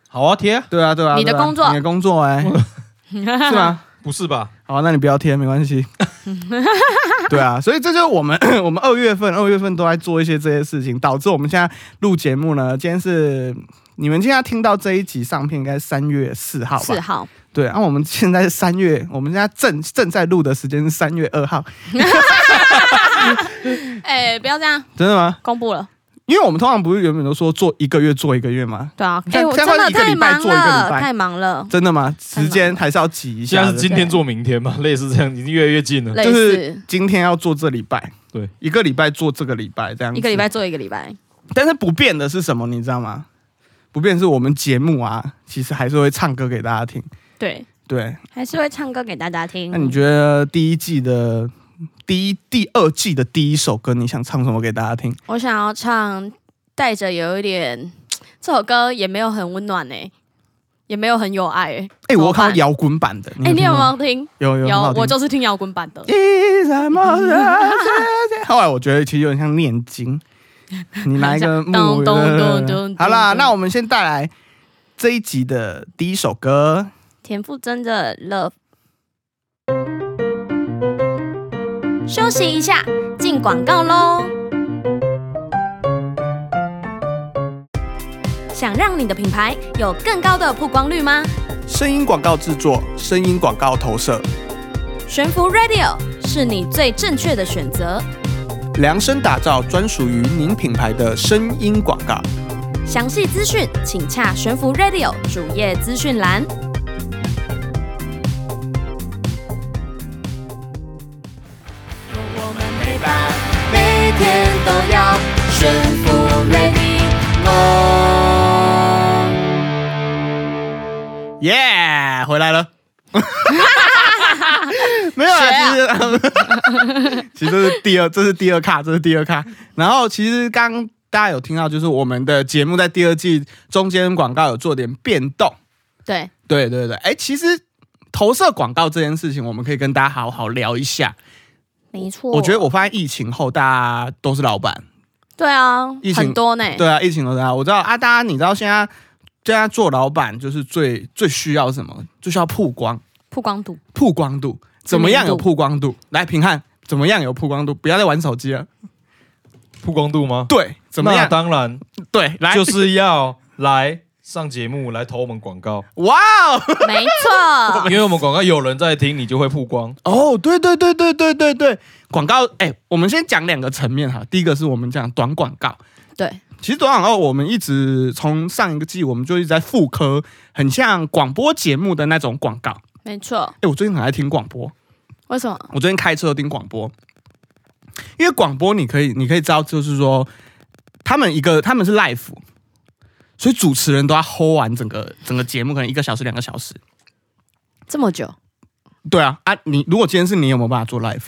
[SPEAKER 3] 好啊，贴啊，
[SPEAKER 2] 对啊，对啊，
[SPEAKER 1] 你的
[SPEAKER 2] 对啊
[SPEAKER 1] 工作
[SPEAKER 2] 你的工
[SPEAKER 1] (laughs)
[SPEAKER 2] 作、哎，是吗？
[SPEAKER 3] 不是吧？
[SPEAKER 2] 好，那你不要贴，没关
[SPEAKER 1] (laughs)
[SPEAKER 2] 系。对啊，所以这就是我们 (coughs) 我们二月份二月份都在做一些这些事情，导致我们现在录节目呢。今天是你们现在听到这一集上片，应该是三月四号
[SPEAKER 1] 四
[SPEAKER 2] 吧？
[SPEAKER 1] 号，
[SPEAKER 2] 对，然、后我们现在是三月，我们现在正正在录的时间是三月二号，
[SPEAKER 1] 哎、不要这样，
[SPEAKER 2] 真的吗？
[SPEAKER 1] 公布了，
[SPEAKER 2] 因为我们通常不是原本都说做一个月做一个月吗？
[SPEAKER 1] 对啊，
[SPEAKER 2] 你
[SPEAKER 1] 哎、
[SPEAKER 2] 看
[SPEAKER 1] 我
[SPEAKER 2] 这
[SPEAKER 1] 真
[SPEAKER 2] 样
[SPEAKER 1] 的
[SPEAKER 2] 会一个
[SPEAKER 1] 太
[SPEAKER 2] 礼拜
[SPEAKER 1] 忙
[SPEAKER 2] 做一个
[SPEAKER 1] 了，
[SPEAKER 2] 礼拜
[SPEAKER 1] 太忙了，
[SPEAKER 2] 真的吗？时间还是要挤一
[SPEAKER 3] 现
[SPEAKER 2] 下
[SPEAKER 3] 在
[SPEAKER 2] 的。
[SPEAKER 3] 是今天做明天嘛，类似这样，已经越来越近了。
[SPEAKER 1] 类
[SPEAKER 2] 就是
[SPEAKER 1] 似
[SPEAKER 2] 今天要做这礼拜，
[SPEAKER 3] 对，
[SPEAKER 2] 一个礼拜做这个礼拜这样子。
[SPEAKER 1] 一个礼拜做一个礼拜，
[SPEAKER 2] 但是不变的是什么，你知道吗？不变是我们节目啊，其实还是会唱歌给大家听。
[SPEAKER 1] 对，
[SPEAKER 2] 对，
[SPEAKER 1] 还是会唱歌给大家听。
[SPEAKER 2] 那你觉得第一季的第一、第二季的第一首歌，你想唱什么给大家听？
[SPEAKER 1] 我想要唱带着有一点，这首歌也没有很温暖呢、欸也没有很有爱、欸。
[SPEAKER 2] 哎、我有
[SPEAKER 1] 怎么办
[SPEAKER 2] 看到摇滚版的，
[SPEAKER 1] 哎、你
[SPEAKER 2] 嗯听
[SPEAKER 1] 有没
[SPEAKER 2] 吗？
[SPEAKER 1] 有听？
[SPEAKER 2] 有有
[SPEAKER 1] 有
[SPEAKER 2] 很好，听
[SPEAKER 1] 我就是听摇滚版的。
[SPEAKER 2] 一闪冒
[SPEAKER 1] (laughs)
[SPEAKER 2] 着这些后来我觉得其实有点像念经，你拿
[SPEAKER 1] (laughs)
[SPEAKER 2] 一个木
[SPEAKER 1] 咚咚
[SPEAKER 2] 对对对
[SPEAKER 1] 咚
[SPEAKER 2] 对
[SPEAKER 1] 咚
[SPEAKER 2] 好啦，
[SPEAKER 1] 咚
[SPEAKER 2] 那我们先带来这一集的第一首歌。
[SPEAKER 1] 田馥甄的《Love》。休息一下，进广告喽。想让你的品牌有更高的曝光率吗？
[SPEAKER 2] 声音广告制作，声音广告投射，
[SPEAKER 1] 悬浮 Radio 是你最正确的选择。
[SPEAKER 2] 量身打造专属于您品牌的声音广告。
[SPEAKER 1] 详细资讯请洽悬浮 Radio 主页资讯栏。
[SPEAKER 4] 每天都要炫富 ready more。
[SPEAKER 2] 耶、回来了。 (laughs) 没有啦，其实 (laughs) 其实这是第二，这是第二卡，这是第二卡。然后其实刚大家有听到，就是我们的节目在第二季中间广告有做点变动。
[SPEAKER 1] 对，
[SPEAKER 2] 对对对，哎，其实投射广告这件事情，我们可以跟大家好好聊一下。
[SPEAKER 1] 没错。
[SPEAKER 2] 我觉得我发现疫情后，大家都是老板，
[SPEAKER 1] 对啊
[SPEAKER 2] 疫，情
[SPEAKER 1] 很多呢。
[SPEAKER 2] 啊对啊，疫情都这样。我知道啊，大家你知道现在现在做老板就是最最需要什么？就需要曝光，
[SPEAKER 1] 曝光
[SPEAKER 2] (laughs)
[SPEAKER 1] 度，
[SPEAKER 2] 曝光度怎么样有曝光度？来评判怎么样有曝光度？不要再玩手机了。
[SPEAKER 3] 曝光度吗？
[SPEAKER 2] 对，怎么
[SPEAKER 3] 那
[SPEAKER 2] 样？
[SPEAKER 3] 当然
[SPEAKER 2] 对，来
[SPEAKER 3] 就是要来上节目来投我们广告，
[SPEAKER 2] 哇哦
[SPEAKER 1] 没
[SPEAKER 2] 啊
[SPEAKER 1] 错，
[SPEAKER 3] 因为我们广告有人在听，你就会曝光。
[SPEAKER 2] 哦，对对对对对对对，广告哎、我们先讲两个层面哈。第一个是我们讲短广告，
[SPEAKER 1] 对，
[SPEAKER 2] 其实短广告我们一直从上一个季我们就一直在复刻，很像广播节目的那种广告。
[SPEAKER 1] 没错。
[SPEAKER 2] 哎、我最近很爱听广播，
[SPEAKER 1] 为什么？
[SPEAKER 2] 我最近开车有听广播，因为广播你可以，你可以知道，就是说他们一个他们是 live，所以主持人都要 hold 完整个整个节目，可能一个小时两个小时。
[SPEAKER 1] 这么久？
[SPEAKER 2] 对啊，啊，你如果今天是你有没有办法做 live？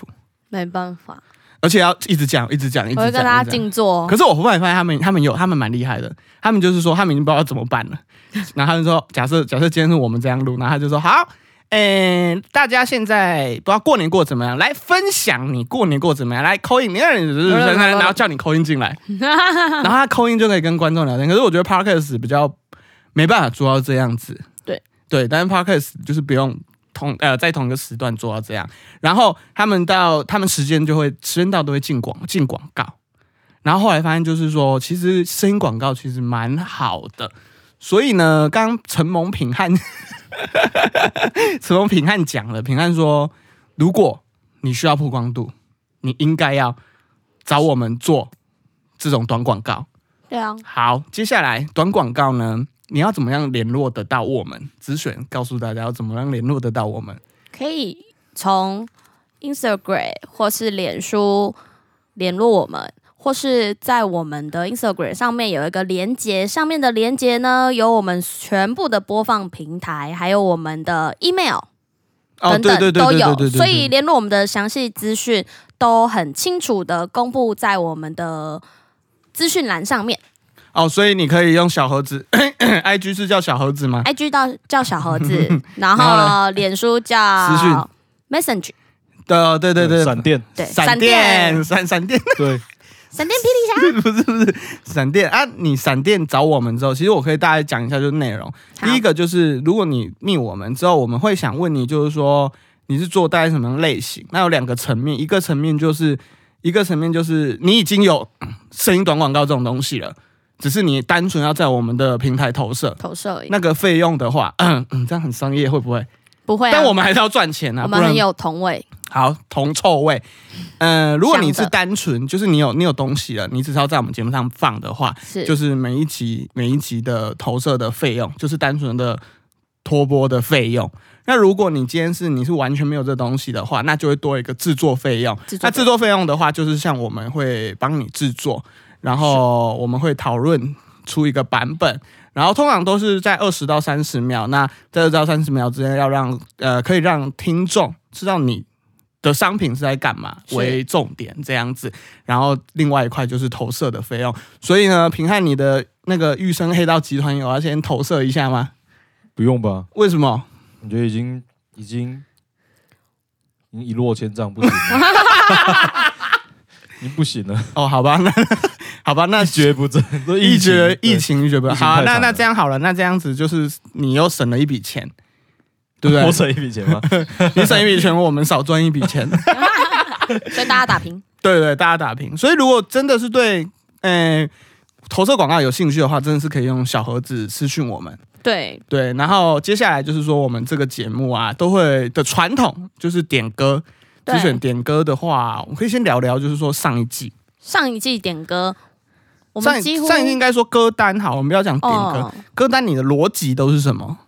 [SPEAKER 1] 没办法，
[SPEAKER 2] 而且要一直讲，一直讲，一直
[SPEAKER 1] 我
[SPEAKER 2] 讲。
[SPEAKER 1] 会跟大
[SPEAKER 2] 一
[SPEAKER 1] 家
[SPEAKER 2] 直讲
[SPEAKER 1] 静坐
[SPEAKER 2] 可。是我后来发现他们，他们有，他们蛮厉害的。他们就是说，他们已经不知道怎么办了。然后他们说，假设假设今天是我们这样录，然后他就说好，嗯、大家现在不知道过年过得怎么样，来分享你过年过得怎么样，来扣印，然后叫你扣印进来，然后他扣印就可以跟观众聊天。可是我觉得 podcast 比较没办法做到这样子，
[SPEAKER 1] 对
[SPEAKER 2] 对，但是 podcast 就是不用。同呃，在同一个时段做到这样，然后他们到他们时间就会时间到都会进广进广告，然后后来发现就是说，其实声音广告其实蛮好的，所以呢，刚刚陈蒙品汉， (laughs) 陈蒙品汉讲了，品汉说，如果你需要曝光度，你应该要找我们做这种短广告。
[SPEAKER 1] 对啊，
[SPEAKER 2] 好，接下来短广告呢，你要怎么样联络得到我们？子选告诉大家要怎么样联络得到我们。
[SPEAKER 1] 可以从 Instagram 或是脸书联络我们，或是在我们的 Instagram 上面有一个连接，上面的连接呢有我们全部的播放平台，还有我们的 email
[SPEAKER 2] 哦，
[SPEAKER 1] 等
[SPEAKER 2] 对对
[SPEAKER 1] 等都
[SPEAKER 2] 对对对
[SPEAKER 1] 有
[SPEAKER 2] 对，对，
[SPEAKER 1] 所以联络我们的详细资讯都很清楚的公布在我们的资讯栏上面。
[SPEAKER 2] 哦，所以你可以用小盒子 (coughs) ，IG 是叫小盒子吗？
[SPEAKER 1] IG 到叫小盒
[SPEAKER 2] (laughs)
[SPEAKER 1] 子，然
[SPEAKER 2] 啊然后
[SPEAKER 1] 后脸书
[SPEAKER 2] 私讯
[SPEAKER 1] 叫 Message，
[SPEAKER 2] 对哦对对对，(laughs)
[SPEAKER 3] 闪电，
[SPEAKER 1] 对，
[SPEAKER 2] 闪电，闪闪电，
[SPEAKER 3] 对，
[SPEAKER 1] 闪电霹雳侠。
[SPEAKER 2] 闪电啊！你闪电找我们之后，其实我可以大概讲一下就是内容。
[SPEAKER 1] 好
[SPEAKER 2] 第一个就是，如果你密我们之后，我们会想问你，就是说你是做大概什么类型？那有两个层面，一个层面就是一个层面就是你已经有嗯声音短广告这种东西了，只是你单纯要在我们的平台投射。
[SPEAKER 1] 投射而已，
[SPEAKER 2] 那个费用的话，嗯，嗯这样很商业会不会？
[SPEAKER 1] 不会、啊。
[SPEAKER 2] 但我们还是要赚钱啊，
[SPEAKER 1] 我
[SPEAKER 2] 不
[SPEAKER 1] 们
[SPEAKER 2] 然
[SPEAKER 1] 很有同位，
[SPEAKER 2] 好，铜臭味。嗯、如果你
[SPEAKER 1] 香
[SPEAKER 2] 是
[SPEAKER 1] 的
[SPEAKER 2] 单纯，就是你有你有东西了，你只是要在我们节目上放的话，
[SPEAKER 1] 是
[SPEAKER 2] 就是每一集每一集的投射的费用，就是单纯的拖播的费用。那如果你今天是你是完全没有这东西的话，那就会多一个制作费用。
[SPEAKER 1] 制作
[SPEAKER 2] 那
[SPEAKER 1] 费
[SPEAKER 2] 制作费用的话，就是像我们会帮你制作，然后我们会讨论出一个版本，然后通常都是在二十到三十秒。那在二到三十秒之间，要让呃可以让听众知道你的商品是在干嘛
[SPEAKER 1] 是
[SPEAKER 2] 为重点这样子。然后另外一块就是投射的费用。所以呢，平汉你的那个玉生黑道集团有要先投射一下吗？ (laughs)
[SPEAKER 3] 不用吧？
[SPEAKER 2] 为什么？
[SPEAKER 3] 我觉得已经已经已经一落千丈， (laughs) 不行了，已经不行了，
[SPEAKER 2] 哦，好吧，那好吧，那
[SPEAKER 3] 一蹶不振，都
[SPEAKER 2] 一
[SPEAKER 3] 蹶
[SPEAKER 2] 蹶一蹶不振。
[SPEAKER 3] 疫情
[SPEAKER 2] 好啊、那
[SPEAKER 3] 太惨
[SPEAKER 2] 那
[SPEAKER 3] 了
[SPEAKER 2] 这样好了，那这样子就是你又省了一笔钱，对不
[SPEAKER 3] 多
[SPEAKER 2] 对？
[SPEAKER 3] 省一笔钱吗？
[SPEAKER 1] 啊
[SPEAKER 2] 你省一笔钱，我们少赚一笔钱。
[SPEAKER 1] 所以大家打平。
[SPEAKER 2] 对对，大家打平。所以如果真的是对，嗯、投射广告有兴趣的话，真的是可以用小盒子私讯我们。
[SPEAKER 1] 对，
[SPEAKER 2] (laughs) 对，然后接下来就是说我们这个节目啊，都会的传统就是点歌。
[SPEAKER 1] 对
[SPEAKER 2] 只选点歌的话，我们可以先聊聊，就是说上一季，
[SPEAKER 1] 上一季点歌，我
[SPEAKER 2] 上
[SPEAKER 1] 们
[SPEAKER 2] 一
[SPEAKER 1] 几乎
[SPEAKER 2] 上一季应该说歌单好，我们不要讲点歌，
[SPEAKER 1] 哦，
[SPEAKER 2] 歌单你的逻辑都是什么？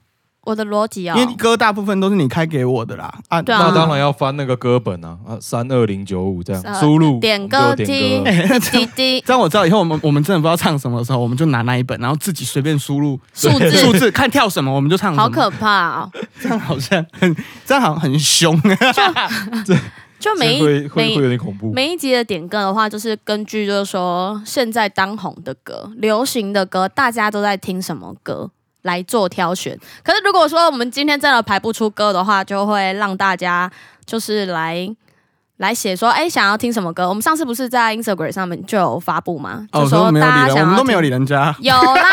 [SPEAKER 1] 我的逻辑哦，
[SPEAKER 2] 因为歌大部分都是你开给我的啦。啊，
[SPEAKER 1] 对啊
[SPEAKER 3] 那当然要翻那个歌本啊，啊，三二零九五这样
[SPEAKER 1] 呃
[SPEAKER 3] 输入
[SPEAKER 1] 点歌
[SPEAKER 3] 我们就有点
[SPEAKER 1] 机
[SPEAKER 3] 歌，
[SPEAKER 2] 哎这
[SPEAKER 1] 滴
[SPEAKER 2] 样
[SPEAKER 1] 滴
[SPEAKER 2] 这样我知道以后我们我们真的不知道唱什么的时候，我们就拿那一本，然后自己随便输入
[SPEAKER 1] 数
[SPEAKER 2] 数
[SPEAKER 1] 字，
[SPEAKER 2] 字，看跳什么我们 (laughs) 就唱什么。
[SPEAKER 1] 好可怕哦！
[SPEAKER 2] 这样好像很这样好像很凶。欸
[SPEAKER 1] 就每一
[SPEAKER 3] 会会会
[SPEAKER 1] 每
[SPEAKER 3] 有点恐怖。
[SPEAKER 1] 每一集的点歌的话，就是根据就是说现在当红的歌、流行的歌，大家都在听什么歌。来做挑选，可是如果说我们今天真的排不出歌的话，就会让大家就是来来写说，哎，想要听什么歌？我们上次不是在 Instagram 上面就有发布吗？就
[SPEAKER 2] 我
[SPEAKER 1] 说
[SPEAKER 2] 哦们没有
[SPEAKER 1] 大
[SPEAKER 2] 理
[SPEAKER 1] 家
[SPEAKER 2] 人，
[SPEAKER 1] 想
[SPEAKER 2] 我
[SPEAKER 1] 要哦
[SPEAKER 2] 们都没有
[SPEAKER 1] 听
[SPEAKER 2] 理人家。
[SPEAKER 1] 有啦，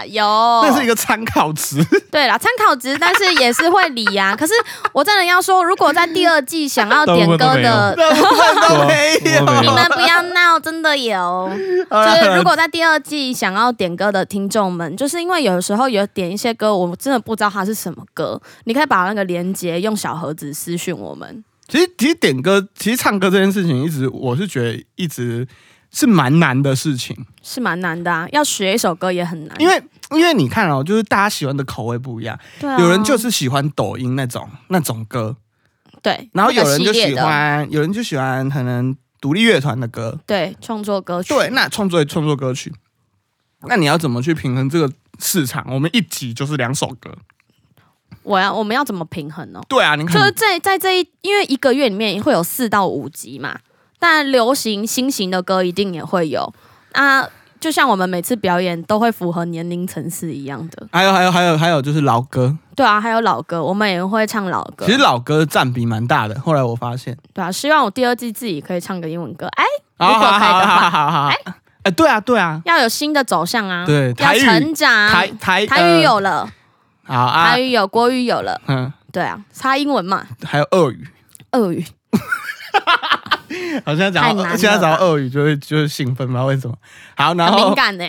[SPEAKER 1] 啦，有，
[SPEAKER 2] (laughs) 那是一个参考值。
[SPEAKER 1] 对啦，参考值， (laughs) 但是也是会理呀、可是我真的要说，如果在第二季想要点歌的，
[SPEAKER 2] 大部分都没
[SPEAKER 1] (laughs)
[SPEAKER 2] 有。哎
[SPEAKER 3] 都没
[SPEAKER 1] 你
[SPEAKER 3] 有
[SPEAKER 1] 们不要闹，真的
[SPEAKER 2] (laughs)
[SPEAKER 1] 有。啊就是如果在第二季想要点歌的听众们，就是因为有时候有点一些歌，我真的不知道它是什么歌，你可以把那个连接用小盒子私讯我们。
[SPEAKER 2] 其实，其实点歌，其实唱歌这件事情，一直我是觉得一直是蛮难的事情，
[SPEAKER 1] 是蛮难的啊，要学一首歌也很难，
[SPEAKER 2] 因为因为你看哦，就是大家喜欢的口味不一样，
[SPEAKER 1] 对啊
[SPEAKER 2] 有人就是喜欢抖音那种那种歌，
[SPEAKER 1] 对，
[SPEAKER 2] 然后有人
[SPEAKER 1] 那
[SPEAKER 2] 就
[SPEAKER 1] 个系
[SPEAKER 2] 喜
[SPEAKER 1] 列的
[SPEAKER 2] 欢，有人就喜欢可能独立乐团的歌，
[SPEAKER 1] 对创作歌曲，
[SPEAKER 2] 对，那创作创作歌曲，那你要怎么去平衡这个市场？我们一集就是两首歌，
[SPEAKER 1] 我要我们要怎么平衡呢、
[SPEAKER 2] 对 (laughs) 啊，你
[SPEAKER 1] 就是
[SPEAKER 2] 看，
[SPEAKER 1] 在在这一，因为一个月里面会有四到五集嘛，但流行新型的歌一定也会有啊。就像我们每次表演都会符合年龄层次一样的，
[SPEAKER 2] 还有还有还有还有就是老歌，
[SPEAKER 1] 对啊，还有老歌，我们也会唱老歌
[SPEAKER 2] 其，实老歌占比蛮大的。后来我发现，
[SPEAKER 1] 对啊，希望我第二季自己可以唱个英文歌，哎，如
[SPEAKER 2] 好
[SPEAKER 1] 果可以
[SPEAKER 2] 好
[SPEAKER 1] 的
[SPEAKER 2] 好
[SPEAKER 1] 话，
[SPEAKER 2] 好好好，哎、对啊对啊，
[SPEAKER 1] 要有新的走向啊，
[SPEAKER 2] 对
[SPEAKER 1] 要
[SPEAKER 2] 台语
[SPEAKER 1] 成长，
[SPEAKER 2] 台台
[SPEAKER 1] 啊台
[SPEAKER 2] 呃
[SPEAKER 1] 语有了，
[SPEAKER 2] 好啊
[SPEAKER 1] 台，语有，国语有了，
[SPEAKER 2] 嗯，
[SPEAKER 1] 对啊，差英文嘛，
[SPEAKER 2] 还有俄语，
[SPEAKER 1] 俄语，
[SPEAKER 2] 好
[SPEAKER 1] 太
[SPEAKER 2] 像讲
[SPEAKER 1] 难
[SPEAKER 2] 到
[SPEAKER 1] 了
[SPEAKER 2] 现在讲到俄语就会就会兴奋嘛？为什么？好，然
[SPEAKER 1] 很敏
[SPEAKER 2] 后
[SPEAKER 1] 感呢、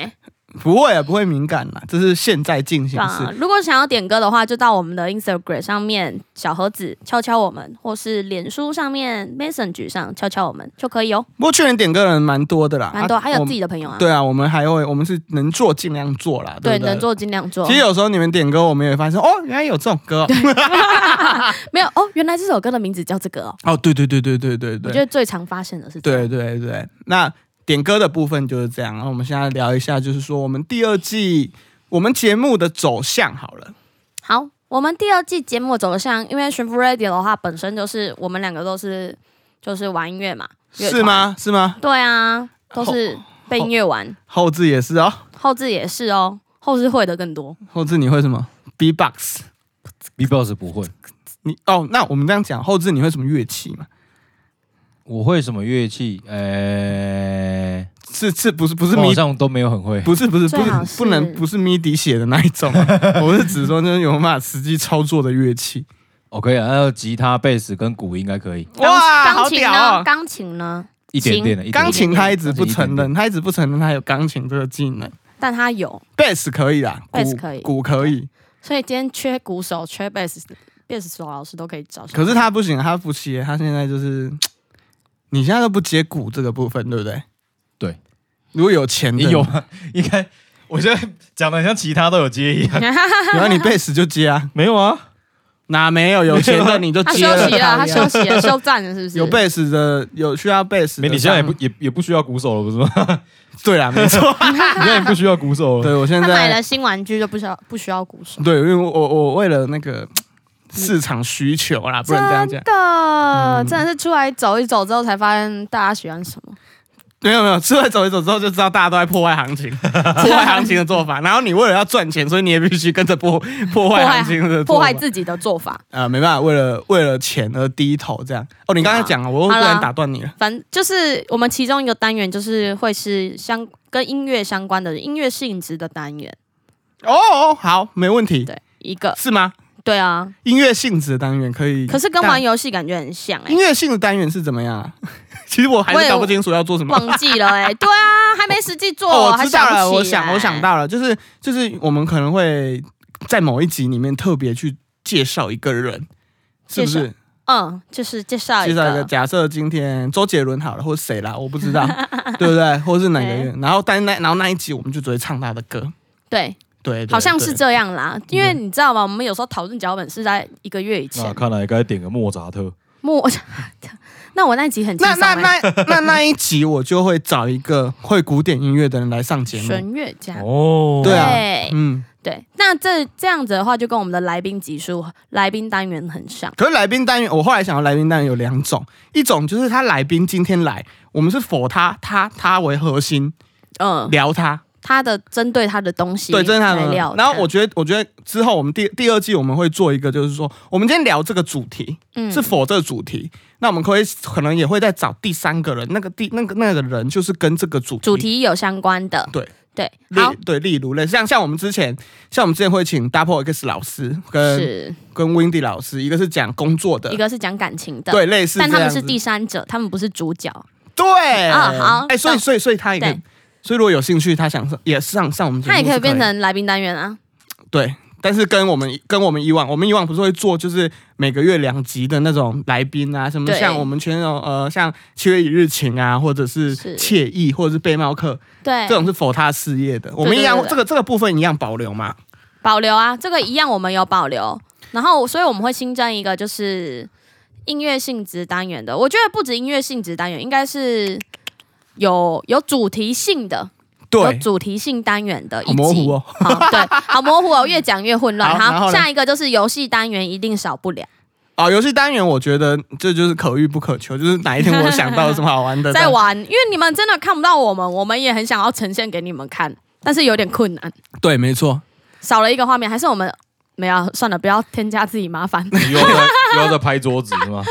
[SPEAKER 2] 不会啊，不会敏感啦，这是现在进行
[SPEAKER 1] 啊
[SPEAKER 2] 式。，
[SPEAKER 1] 如果想要点歌的话，就到我们的 Instagram 上面小盒子敲敲我们，或是脸书上面 Messenger 上敲敲我们就可以哦，
[SPEAKER 2] 不过去年点歌的人蛮多的啦，
[SPEAKER 1] 蛮多，
[SPEAKER 2] 啊
[SPEAKER 1] 还有
[SPEAKER 2] 我
[SPEAKER 1] 自己的朋友啊，
[SPEAKER 2] 对啊，我们还会，我们是能做尽量做啦，
[SPEAKER 1] 对，
[SPEAKER 2] 不对
[SPEAKER 1] 能。做尽量做
[SPEAKER 2] 其。实有时候你们点歌，我们也发现哦，原来有这种歌哦。
[SPEAKER 1] 没有哦，原来这首歌的名字叫这个哦，
[SPEAKER 2] (laughs) 哦，对对对对对对
[SPEAKER 1] 我觉
[SPEAKER 2] 对，
[SPEAKER 1] 得最常发现的是这
[SPEAKER 2] 对
[SPEAKER 1] 个，
[SPEAKER 2] 对对。那点歌的部分就是这样，然后我们现在聊一下，就是说我们第二季我们节目的走向好了。
[SPEAKER 1] 好。我们第二季节目走向，因为悬浮 radio 的话，本身就是我们两个都是就是玩音乐嘛，乐团
[SPEAKER 2] 是？吗？是吗？
[SPEAKER 1] 对啊，都是被音乐玩，
[SPEAKER 2] 后置也是哦，
[SPEAKER 1] 后置也是哦，后置会的更多。
[SPEAKER 2] 后置你会什么？B-box。
[SPEAKER 3] B boss 不会，
[SPEAKER 2] 你哦，那我们这样讲，后置你会什么乐器吗？
[SPEAKER 3] 我会什么乐器？呃，
[SPEAKER 2] 是是不是不是
[SPEAKER 3] 我
[SPEAKER 1] 哦
[SPEAKER 3] 好
[SPEAKER 2] 迷？
[SPEAKER 3] 像都没有很会。
[SPEAKER 2] 不是不是不
[SPEAKER 1] 最好
[SPEAKER 2] 是不能
[SPEAKER 1] 是
[SPEAKER 2] 不是 MIDI 写的那一种啊、我是指说就是有办法实际操作的乐器。
[SPEAKER 3] OK 啊，那吉他、贝斯跟鼓应该可以，
[SPEAKER 2] 哇，
[SPEAKER 1] 钢
[SPEAKER 2] 好
[SPEAKER 1] 琴呢？
[SPEAKER 2] 屌哦！
[SPEAKER 1] 钢琴呢？
[SPEAKER 3] 一点点的。一点点
[SPEAKER 2] 钢琴他一直不
[SPEAKER 3] 一
[SPEAKER 2] 承认，
[SPEAKER 3] 点点
[SPEAKER 2] 他一直不承认他有钢琴这个技能。
[SPEAKER 1] 但他有，
[SPEAKER 2] 贝斯可以啦，
[SPEAKER 1] 贝斯
[SPEAKER 2] 鼓
[SPEAKER 1] 可以
[SPEAKER 2] 鼓可以，
[SPEAKER 1] 所以今天缺鼓手、缺贝斯、贝斯手老师都可以找。
[SPEAKER 2] 可是他不行，他不接，他现在就是，你现在都不接鼓这个部分，对不对？
[SPEAKER 3] 对。
[SPEAKER 2] 如果有钱的，
[SPEAKER 3] 你有吗？应该，我现在讲的像其他都有接一样。
[SPEAKER 2] 有啊，你贝斯就接啊，
[SPEAKER 3] (laughs) 没有啊，
[SPEAKER 2] 哪没有有钱的你就
[SPEAKER 1] 他
[SPEAKER 2] 接
[SPEAKER 1] 休息了，
[SPEAKER 2] 了，啊
[SPEAKER 1] 他休息了，休战了，是不是？
[SPEAKER 2] 有贝斯的，有需要贝斯的上。
[SPEAKER 3] 没，你现在也不啊也也不需要鼓手了，不是 (laughs) 吗？
[SPEAKER 2] 对啦，
[SPEAKER 3] (laughs)
[SPEAKER 2] 没错。
[SPEAKER 3] 你现在也不需要鼓手了。
[SPEAKER 2] 对我现
[SPEAKER 1] 他买了
[SPEAKER 2] 在
[SPEAKER 1] 新玩具就不需要不需要鼓手，
[SPEAKER 2] 对，因为我我我为了那个市场需求啦，不能这样
[SPEAKER 1] 嗯真
[SPEAKER 2] 讲。
[SPEAKER 1] 的，
[SPEAKER 2] 嗯
[SPEAKER 1] 真的是出来走一走之后才发现大家喜欢什么。
[SPEAKER 2] 没有没有，出来走一走之后就知道大家都在破坏行情，破坏行情的做法。然后你为了要赚钱，所以你也必须跟着破破坏行情的做
[SPEAKER 1] 破
[SPEAKER 2] 法
[SPEAKER 1] 坏自己的做法，
[SPEAKER 2] 啊、没办法，为了为了钱而低头这样。哦，你刚才讲了，我又
[SPEAKER 1] 好
[SPEAKER 2] 不
[SPEAKER 1] 啦
[SPEAKER 2] 然打断你了。
[SPEAKER 1] 反正就是我们其中一个单元就是会是相跟音乐相关的音乐性质的单元，
[SPEAKER 2] 哦哦，好，没问题，
[SPEAKER 1] 对，一个
[SPEAKER 2] 是吗？
[SPEAKER 1] 对啊，
[SPEAKER 2] 音乐性质的单元可以，
[SPEAKER 1] 可是跟
[SPEAKER 2] 但
[SPEAKER 1] 玩游戏感觉很像哎、
[SPEAKER 2] 音乐性的单元是怎么样啊？ (laughs) 其实我还
[SPEAKER 1] 我
[SPEAKER 2] 是
[SPEAKER 1] 也
[SPEAKER 2] 搞不清楚要做什么。
[SPEAKER 1] 忘记了哎、对啊，还没实际做，
[SPEAKER 2] 哦，我
[SPEAKER 1] 还
[SPEAKER 2] 知道了，
[SPEAKER 1] 不
[SPEAKER 2] 我
[SPEAKER 1] 起
[SPEAKER 2] 想
[SPEAKER 1] 来
[SPEAKER 2] 我想到了，就是就是我们可能会在某一集里面特别去介绍一个人，是
[SPEAKER 1] 介
[SPEAKER 2] 不是？
[SPEAKER 1] 嗯，就是介绍
[SPEAKER 2] 介
[SPEAKER 1] 一
[SPEAKER 2] 绍一个，
[SPEAKER 1] 个，
[SPEAKER 2] 假设今天周杰伦好了，或谁啦，我不知
[SPEAKER 1] (laughs)
[SPEAKER 2] 道，对不对？或是哪个人？然后但那然后那一集我们就只会唱他的歌，
[SPEAKER 1] 对，
[SPEAKER 2] 对，对
[SPEAKER 1] 好像是
[SPEAKER 2] 对啊
[SPEAKER 1] 这样啦。因为你知道吗？我们有时候讨论脚本是在一个月以
[SPEAKER 3] 那
[SPEAKER 1] 前，
[SPEAKER 3] 啊看来该点个莫扎特。
[SPEAKER 1] 莫， (laughs) 那我那集很轻
[SPEAKER 2] 那
[SPEAKER 1] 松
[SPEAKER 2] 那
[SPEAKER 1] 欸
[SPEAKER 2] 那那那一集我就会找一个会古典音乐的人来上节目，
[SPEAKER 1] 弦乐家，
[SPEAKER 3] 哦
[SPEAKER 2] 对啊
[SPEAKER 1] 对
[SPEAKER 2] 嗯。
[SPEAKER 1] 对，那这这样子的话，就跟我们的来宾集数、来宾单元很像。
[SPEAKER 2] 可是来宾单元，我后来想到来宾单元有两种，一种就是他来宾今天来，我们是否他他他为核心
[SPEAKER 1] 嗯，
[SPEAKER 2] 聊他，
[SPEAKER 1] 他的针对他的东西，
[SPEAKER 2] 对，这是他
[SPEAKER 1] 来
[SPEAKER 2] 的。
[SPEAKER 1] 聊。
[SPEAKER 2] 然后我觉得，我觉得之后我们第第二季我们会做一个，就是说我们今天聊这个主题，
[SPEAKER 1] 嗯
[SPEAKER 2] 是否这个主题，那我们可以可能也会再找第三个人，那个第那个那个人就是跟这个主题
[SPEAKER 1] 主题有相关的，
[SPEAKER 2] 对
[SPEAKER 1] 对，
[SPEAKER 2] 例
[SPEAKER 1] 好
[SPEAKER 2] 对，例如类似像像我们之前，像我们之前会请 Double X 老师跟
[SPEAKER 1] 是
[SPEAKER 2] 跟 Windy 老师，一个是讲工作的
[SPEAKER 1] 一，个是讲感情的，
[SPEAKER 2] 呃对，类似这
[SPEAKER 1] 但
[SPEAKER 2] 样子，
[SPEAKER 1] 他们是第三者，他们不是主角。
[SPEAKER 2] 对
[SPEAKER 1] 啊好
[SPEAKER 2] 哎，所以
[SPEAKER 1] 那
[SPEAKER 2] 所以所以他也可以
[SPEAKER 1] 对，
[SPEAKER 2] 所以如果有兴趣，他想上也上上我们节目
[SPEAKER 1] 他
[SPEAKER 2] 是
[SPEAKER 1] 也
[SPEAKER 2] 可以，
[SPEAKER 1] 可以变成来宾单元啊，
[SPEAKER 2] 对，但是跟我们跟我们以往，我们以往不是会做就是每个月两集的那种来宾啊，什么
[SPEAKER 1] 对
[SPEAKER 2] 像我们全那种呃，像七月一日晴啊，或者是
[SPEAKER 1] 是
[SPEAKER 2] 惬意，或者是贝猫客
[SPEAKER 1] 对，
[SPEAKER 2] 这种是否他事业的，我们
[SPEAKER 1] 对对
[SPEAKER 2] 一样
[SPEAKER 1] 对对
[SPEAKER 2] 这个这个部分一样保留嘛。
[SPEAKER 1] 保留啊，这个一样我们有保留。然后，所以我们会新增一个就是音乐性质单元的。我觉得不止音乐性质单元，应该是有有主题性的，有
[SPEAKER 2] 对，
[SPEAKER 1] 主题性单元的一
[SPEAKER 2] 好
[SPEAKER 1] 集。
[SPEAKER 2] 模糊哦。
[SPEAKER 1] 好，对， (laughs) 好模糊哦，越讲越混乱。
[SPEAKER 2] 好然后
[SPEAKER 1] 好，
[SPEAKER 2] 呢
[SPEAKER 1] 下一个就是游戏单元，一定少不了。
[SPEAKER 2] 哦，游戏单元我觉得这就是可遇不可求，就是哪一天我想到有什么好玩
[SPEAKER 1] (laughs)
[SPEAKER 2] 的，
[SPEAKER 1] 在
[SPEAKER 2] 但
[SPEAKER 1] 玩，因为你们真的看不到我们，我们也很想要呈现给你们看，但是有点困难，
[SPEAKER 2] 对，没错，
[SPEAKER 1] 少了一个画面，还是我们没有算了，不要添加自己麻烦。
[SPEAKER 3] 你又在又要在拍桌子是吗？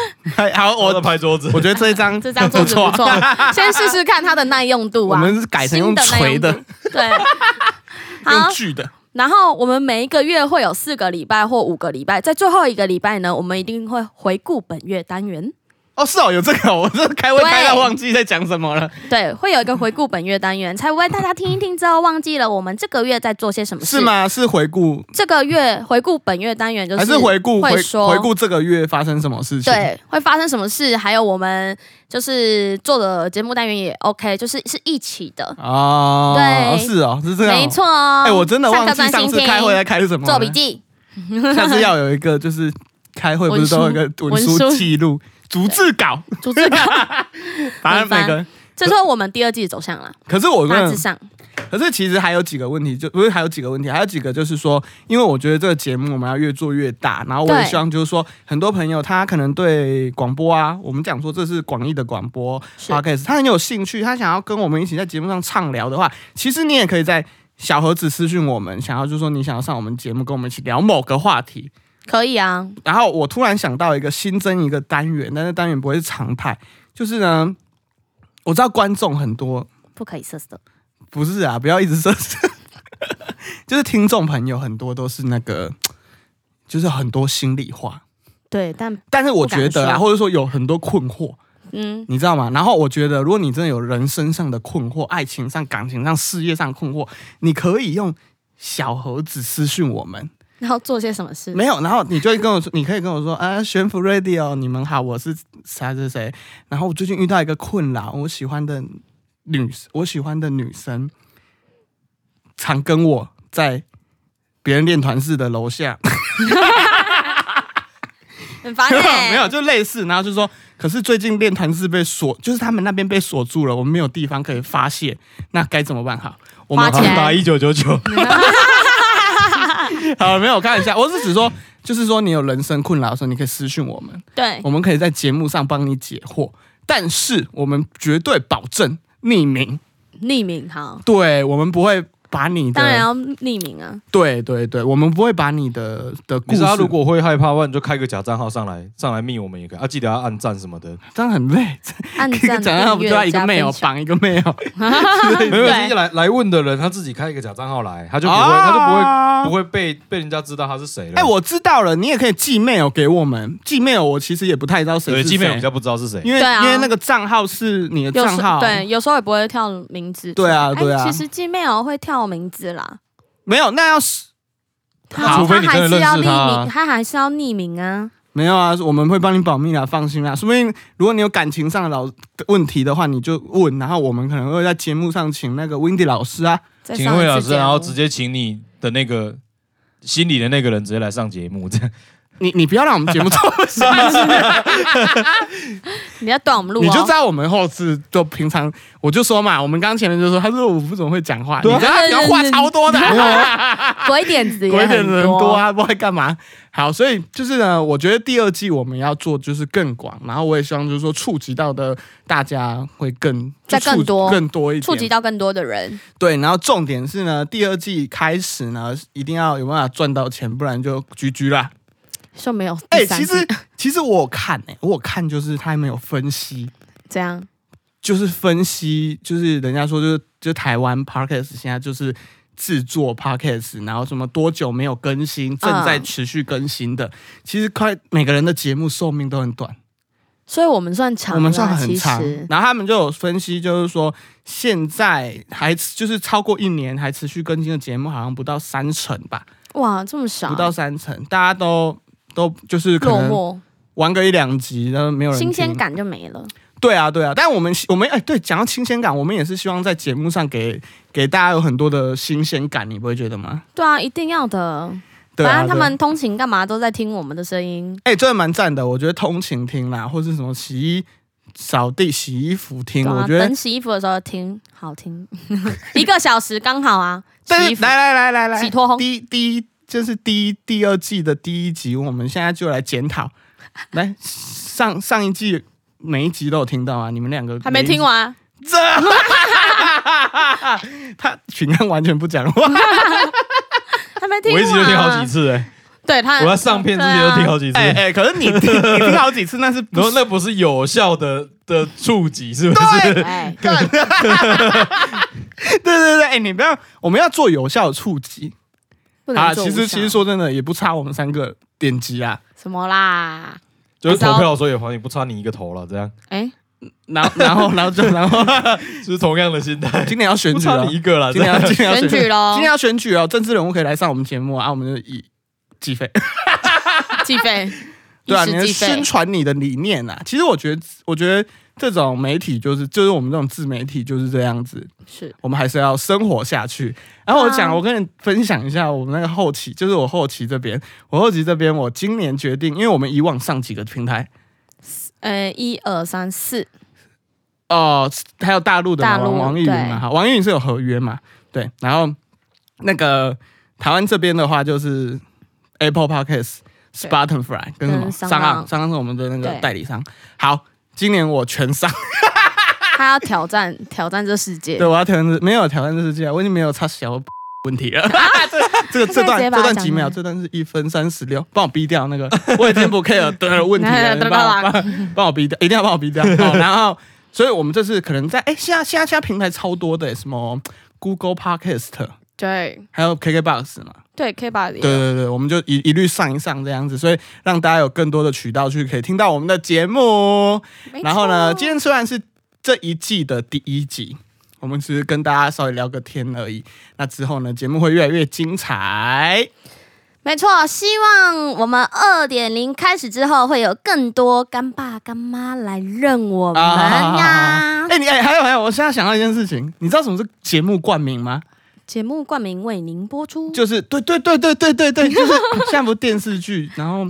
[SPEAKER 2] 好，
[SPEAKER 3] (laughs) 我在
[SPEAKER 2] 我
[SPEAKER 3] 拍桌子，
[SPEAKER 2] 我
[SPEAKER 3] (laughs)
[SPEAKER 2] 觉得这一张
[SPEAKER 1] (laughs) 这张桌子
[SPEAKER 2] (laughs)
[SPEAKER 1] 不
[SPEAKER 2] 不错啊
[SPEAKER 1] 错， (laughs) 先试试看它的耐用度
[SPEAKER 2] 我
[SPEAKER 1] 啊。
[SPEAKER 2] 们是改成用锤的，
[SPEAKER 1] 新的耐用
[SPEAKER 2] (laughs)
[SPEAKER 1] 度，对，
[SPEAKER 2] 用
[SPEAKER 1] (laughs) 好。
[SPEAKER 2] 锯的，
[SPEAKER 1] 然后我们每一个月会有四个礼拜或五个礼拜，在最后一个礼拜呢，我们一定会回顾本月单
[SPEAKER 2] (laughs)
[SPEAKER 1] 元。
[SPEAKER 2] 哦，是哦，有这个哦，我这开会
[SPEAKER 1] 对
[SPEAKER 2] 开到忘记在讲什么了。
[SPEAKER 1] 对，会有一个回顾本月单元，才不会大家听一听之后忘记了我们这个月在做些什么事。
[SPEAKER 2] 是？吗？是回顾
[SPEAKER 1] 这个月回顾本月单元就是
[SPEAKER 2] 还是回顾回
[SPEAKER 1] 会说
[SPEAKER 2] 回顾这个月发生什么事情？，
[SPEAKER 1] 对，会发生什么事？还有我们就是做的节目单元也 OK，就是是一起的，
[SPEAKER 2] 哦，
[SPEAKER 1] 对
[SPEAKER 2] 是哦，是这样哦。
[SPEAKER 1] 没错哦。
[SPEAKER 2] 哎，我真的忘记
[SPEAKER 1] 上课专
[SPEAKER 2] 上
[SPEAKER 1] 心
[SPEAKER 2] 次
[SPEAKER 1] 听
[SPEAKER 2] 开会在开什么了
[SPEAKER 1] 做笔。记，
[SPEAKER 2] (laughs) 下次要有一个就是开会不是都有一个
[SPEAKER 1] 文
[SPEAKER 2] 文
[SPEAKER 1] 书
[SPEAKER 2] 书
[SPEAKER 1] (laughs)
[SPEAKER 2] 记录、逐字稿，
[SPEAKER 1] 组织稿，
[SPEAKER 2] 反正每个。
[SPEAKER 1] 这是我们第二季的走向啦，
[SPEAKER 2] 可是我跟
[SPEAKER 1] 大致
[SPEAKER 2] 你
[SPEAKER 1] 上
[SPEAKER 2] 可是其实还有几个问题，就不是还有几个问题，还有几个就是说，因为我觉得这个节目我们要越做越大，然后我也
[SPEAKER 1] 对
[SPEAKER 2] 希望就是说，很多朋友他可能对广播啊，我们讲说这是广义的广播
[SPEAKER 1] 是
[SPEAKER 2] podcast，他很有兴趣，他想要跟我们一起在节目上畅聊的话，其实你也可以在小盒子私讯我们，想要就是说你想要上我们节目，跟我们一起聊某个话题。
[SPEAKER 1] 可以啊，
[SPEAKER 2] 然后我突然想到一个新增一个单元，但是单元不会是常态，就是呢，我知道观众很多，
[SPEAKER 1] 不可以色色。
[SPEAKER 2] 不是啊，不要一直说，就是听众朋友很多都是那个，就是很多心里话，
[SPEAKER 1] 对，但
[SPEAKER 2] 但是我觉得
[SPEAKER 1] 不敢
[SPEAKER 2] 啊，
[SPEAKER 1] 说
[SPEAKER 2] 或者说有很多困惑，
[SPEAKER 1] 嗯，
[SPEAKER 2] 你知道吗？然后我觉得，如果你真的有人生上的困惑、爱情上、感情上、事业上的困惑，你可以用小猴子私讯我们。
[SPEAKER 1] 然后做些什么事？
[SPEAKER 2] 没有，然后你就会跟我说，你可以跟我说，啊，悬浮 radio，你们好，我是谁谁谁。然后我最近遇到一个困扰，我喜欢的女，我喜欢的女生，常跟我在别人练团室的楼下，
[SPEAKER 1] 很烦欸
[SPEAKER 2] (laughs) 没有，就类似，然后就说，可是最近练团室被锁，就是他们那边被锁住了，我们没有地方可以发泄，那该怎么办好？我们
[SPEAKER 1] 花钱
[SPEAKER 3] 打一九九九，
[SPEAKER 2] 好，没有开玩笑，我是指说，就是说你有人生困扰的时候，你可以私讯我们。
[SPEAKER 1] 对
[SPEAKER 2] 我们可以在节目上帮你解惑，但是我们绝对保证匿名，
[SPEAKER 1] 匿名好，
[SPEAKER 2] 对我们不会把你的，
[SPEAKER 1] 当然要匿名啊。
[SPEAKER 2] 对对对，我们不会把你的的故
[SPEAKER 3] 你
[SPEAKER 2] 事
[SPEAKER 3] 是，他如果会害怕，不然你就开个假账号上来，上来密我们也可以啊，记得要按赞什么的。
[SPEAKER 2] 这样很累，
[SPEAKER 1] 按
[SPEAKER 2] 一个
[SPEAKER 1] 赞、
[SPEAKER 2] (laughs) 讲到
[SPEAKER 1] 订
[SPEAKER 2] 不
[SPEAKER 1] 阅、
[SPEAKER 2] 就要一个哦
[SPEAKER 1] 加分
[SPEAKER 2] mail
[SPEAKER 1] 享
[SPEAKER 2] 绑一个 mail，
[SPEAKER 3] 没有，
[SPEAKER 1] 对
[SPEAKER 3] 是来来问的人他自己开一个假账号来，他就不会，
[SPEAKER 2] 啊
[SPEAKER 3] 他就不会不会被被人家知道他是谁了。
[SPEAKER 2] 哎，我知道了，你也可以寄 mail 给我们，寄 mail 我其实也不太知道谁
[SPEAKER 3] 对
[SPEAKER 2] 是
[SPEAKER 3] 基本我
[SPEAKER 2] 谁
[SPEAKER 3] 比，较不知道是谁，
[SPEAKER 2] 因为、
[SPEAKER 1] 对啊
[SPEAKER 2] 因为那个账号是你的
[SPEAKER 1] 有
[SPEAKER 2] 账
[SPEAKER 1] 时
[SPEAKER 2] 号，
[SPEAKER 1] 对，，有时候也不会跳名字。
[SPEAKER 2] 对啊
[SPEAKER 1] 哎
[SPEAKER 2] 对啊
[SPEAKER 1] 其实 Gmail 会跳名字啦，
[SPEAKER 2] 没有，那要是
[SPEAKER 1] 他
[SPEAKER 3] 除非你
[SPEAKER 1] 还
[SPEAKER 3] 真的
[SPEAKER 1] 是要
[SPEAKER 3] 认识他
[SPEAKER 1] 匿
[SPEAKER 3] 啊
[SPEAKER 1] 名，他还是要匿名啊。
[SPEAKER 2] 没有啊，我们会帮你保密啊，放心啊。说不定如果你有感情上的老问题的话，你就问，然后我们可能会在节目上请那个 Windy 老师啊。
[SPEAKER 1] 再
[SPEAKER 3] 请
[SPEAKER 1] 上
[SPEAKER 3] 魏
[SPEAKER 1] 一
[SPEAKER 3] 老
[SPEAKER 1] 次
[SPEAKER 3] 师，
[SPEAKER 1] 节
[SPEAKER 3] 然后
[SPEAKER 1] 目
[SPEAKER 3] 直接请你的那个心里的那个人直接来上节目，这样
[SPEAKER 2] 你你不要让我们节目做
[SPEAKER 1] 你要断我们路、哦，
[SPEAKER 2] 你就知道我们后置就平常我就说嘛，我们刚前面就说他说我不怎么会讲话，你
[SPEAKER 3] 对啊
[SPEAKER 2] 知道他讲话超多的，
[SPEAKER 1] 鬼点子也
[SPEAKER 2] 鬼
[SPEAKER 1] 很
[SPEAKER 2] 点人多，啊，不知道干嘛。好，所以就是呢，我觉得第二季我们要做就是更广，然后我也希望就是说触及到的大家会更
[SPEAKER 1] 再
[SPEAKER 2] 就触
[SPEAKER 1] 更多
[SPEAKER 2] 更多一点，
[SPEAKER 1] 触及到更多的人。
[SPEAKER 2] 对，然后重点是呢，第二季开始呢，一定要有办法赚到钱，不然就居居啦。
[SPEAKER 1] 说没有
[SPEAKER 2] 哎、
[SPEAKER 1] 第三
[SPEAKER 2] 其
[SPEAKER 1] 季
[SPEAKER 2] 欸实其实我有看哎、我有看就是他们有分析，
[SPEAKER 1] 这样
[SPEAKER 2] 就是分析，就是人家说就是就台湾 podcast 现在就是制作 podcast，然后什么多久没有更新，
[SPEAKER 1] 嗯
[SPEAKER 2] 正在持续更新的。其实快每个人的节目寿命都很短，
[SPEAKER 1] 所以我们算长啦，啊
[SPEAKER 2] 我们算很
[SPEAKER 1] 其
[SPEAKER 2] 长
[SPEAKER 1] 实。
[SPEAKER 2] 然后他们就有分析，就是说现在还就是超过一年还持续更新的节目，好像不到三成吧，
[SPEAKER 1] 哇，这么少，
[SPEAKER 2] 不到三成，大家都都就是可
[SPEAKER 1] 啊落
[SPEAKER 2] 能
[SPEAKER 1] 寞，
[SPEAKER 2] 玩个一两集，然后没有人
[SPEAKER 1] 新鲜
[SPEAKER 2] 听
[SPEAKER 1] 感就没了。
[SPEAKER 2] 对啊，对啊，但我们我们哎，对，讲到新鲜感，我们也是希望在节目上给给大家有很多的新鲜感，你不会觉得吗？
[SPEAKER 1] 对啊，一定要的。
[SPEAKER 2] 对
[SPEAKER 1] 反
[SPEAKER 2] 啊，
[SPEAKER 1] 正他
[SPEAKER 2] 对啊
[SPEAKER 1] 们通勤干嘛都在听我们的声音，
[SPEAKER 2] 哎、真的蛮赞的，我觉得通勤听啦，或是什么洗衣、扫地、洗衣服听，
[SPEAKER 1] 对啊
[SPEAKER 2] 我觉得
[SPEAKER 1] 等。洗衣服的时候听，好听， (laughs) 一个小时刚好啊。
[SPEAKER 2] 但
[SPEAKER 1] 洗衣
[SPEAKER 2] 是
[SPEAKER 1] 服
[SPEAKER 2] 来来来来来，
[SPEAKER 1] 洗脱烘
[SPEAKER 2] 第一第一就是第一第二季的第一集，我们现在就来
[SPEAKER 1] (laughs)
[SPEAKER 2] 检讨。来，上上一季每一集都有听到啊，你们两个
[SPEAKER 1] 还没听
[SPEAKER 2] 完。
[SPEAKER 1] 完啊，
[SPEAKER 2] 这，他群安完全不讲
[SPEAKER 1] (laughs)
[SPEAKER 2] 话。
[SPEAKER 1] 还没听完
[SPEAKER 3] 我一
[SPEAKER 1] 啊。
[SPEAKER 3] 直就听好几次哎，
[SPEAKER 1] 对他，
[SPEAKER 3] 我要上片之前就听好几次，
[SPEAKER 2] 哎哎、可是你听你听好几次，那是不
[SPEAKER 3] 然后那不是有效的的触及，是不
[SPEAKER 1] 对
[SPEAKER 3] 是？
[SPEAKER 1] 啊。哎，
[SPEAKER 2] 干对对对对，哎、你不要，我们要做有效的触及 (laughs)
[SPEAKER 1] 不能
[SPEAKER 2] 啊！
[SPEAKER 1] 做
[SPEAKER 2] 其
[SPEAKER 1] 无
[SPEAKER 2] 实
[SPEAKER 1] 效
[SPEAKER 2] 其实说真的，也不差我们三个点击啊。
[SPEAKER 1] 什么啦？
[SPEAKER 3] 就是投票的时候也好像也不差你一个头了，这样
[SPEAKER 1] 哎， (laughs)
[SPEAKER 2] 然后然后然后就然后
[SPEAKER 3] 就是同样的心态，
[SPEAKER 2] 今年要选
[SPEAKER 3] 不
[SPEAKER 2] 举
[SPEAKER 3] 差
[SPEAKER 2] 了
[SPEAKER 3] 你，一个 (laughs) 了，
[SPEAKER 2] 今年要今年要
[SPEAKER 1] 选举喽
[SPEAKER 2] 今年要选举哦，政治人物可以来上我们节目啊，啊我们就以计费。
[SPEAKER 1] 计费，
[SPEAKER 2] (laughs) 对啊，
[SPEAKER 1] 一
[SPEAKER 2] 你
[SPEAKER 1] 时
[SPEAKER 2] 的
[SPEAKER 1] 计费
[SPEAKER 2] 宣传你的理念啊。其实我觉得，我觉得这种媒体就是就是我们这种自媒体就是这样子，
[SPEAKER 1] 是
[SPEAKER 2] 我们还是要生活下去。然后我讲，
[SPEAKER 1] 啊
[SPEAKER 2] 我跟你分享一下我们那个后期，就是我后期这边，我后期这边我今年决定，因为我们以往上几个平台，
[SPEAKER 1] 呃一二三四，
[SPEAKER 2] 哦、还有大陆的嘛
[SPEAKER 1] 大陆
[SPEAKER 2] 王王玉云嘛，
[SPEAKER 1] 对
[SPEAKER 2] 哈，王玉云是有合约嘛，对。然后那个台湾这边的话，就是 Apple Podcast、
[SPEAKER 1] 对
[SPEAKER 2] Spotify 跟什么
[SPEAKER 1] 跟商
[SPEAKER 2] 商
[SPEAKER 1] 浪
[SPEAKER 2] 商浪是我们的那个
[SPEAKER 1] 对
[SPEAKER 2] 代理商。好，今年我全上。
[SPEAKER 1] 他要挑战挑战这世界
[SPEAKER 2] 对，。我要挑战这没有挑战这世界，我已经没有差小 (laughs) 问题了。这这个这
[SPEAKER 1] 现在直
[SPEAKER 2] 段
[SPEAKER 1] 接把它
[SPEAKER 2] 这段
[SPEAKER 1] 讲
[SPEAKER 2] 几秒，
[SPEAKER 1] 完
[SPEAKER 2] 这段是一分三十六，帮我逼掉那个，我已经不 care 的问
[SPEAKER 1] (laughs)
[SPEAKER 2] 题了，你帮我帮帮我逼掉，一定要帮我逼掉。好然后，所以我们这次可能在哎，现在现在现在平台超多的，什么 Google Podcast，
[SPEAKER 1] 对
[SPEAKER 2] 还有 KKBox 嘛。
[SPEAKER 1] 对，可以把对
[SPEAKER 2] 对对对，我们就一一律上一上这样子，所以让大家有更多的渠道去可以听到我们的节目。然后呢，今天虽然是这一季的第一集，我们只是跟大家稍微聊个天而已。那之后呢，节目会越来越精彩。
[SPEAKER 1] 啊没错，希望我们二点零开始之后，会有更多干爸干妈来认我们呀
[SPEAKER 2] 哎、。你哎、还有还有，我现在想到一件事情，你知道什么是节目冠名吗？
[SPEAKER 1] 节目冠名为您播出，
[SPEAKER 2] 就是对对对对对对 (laughs) 对，就是现在不是电视剧，然后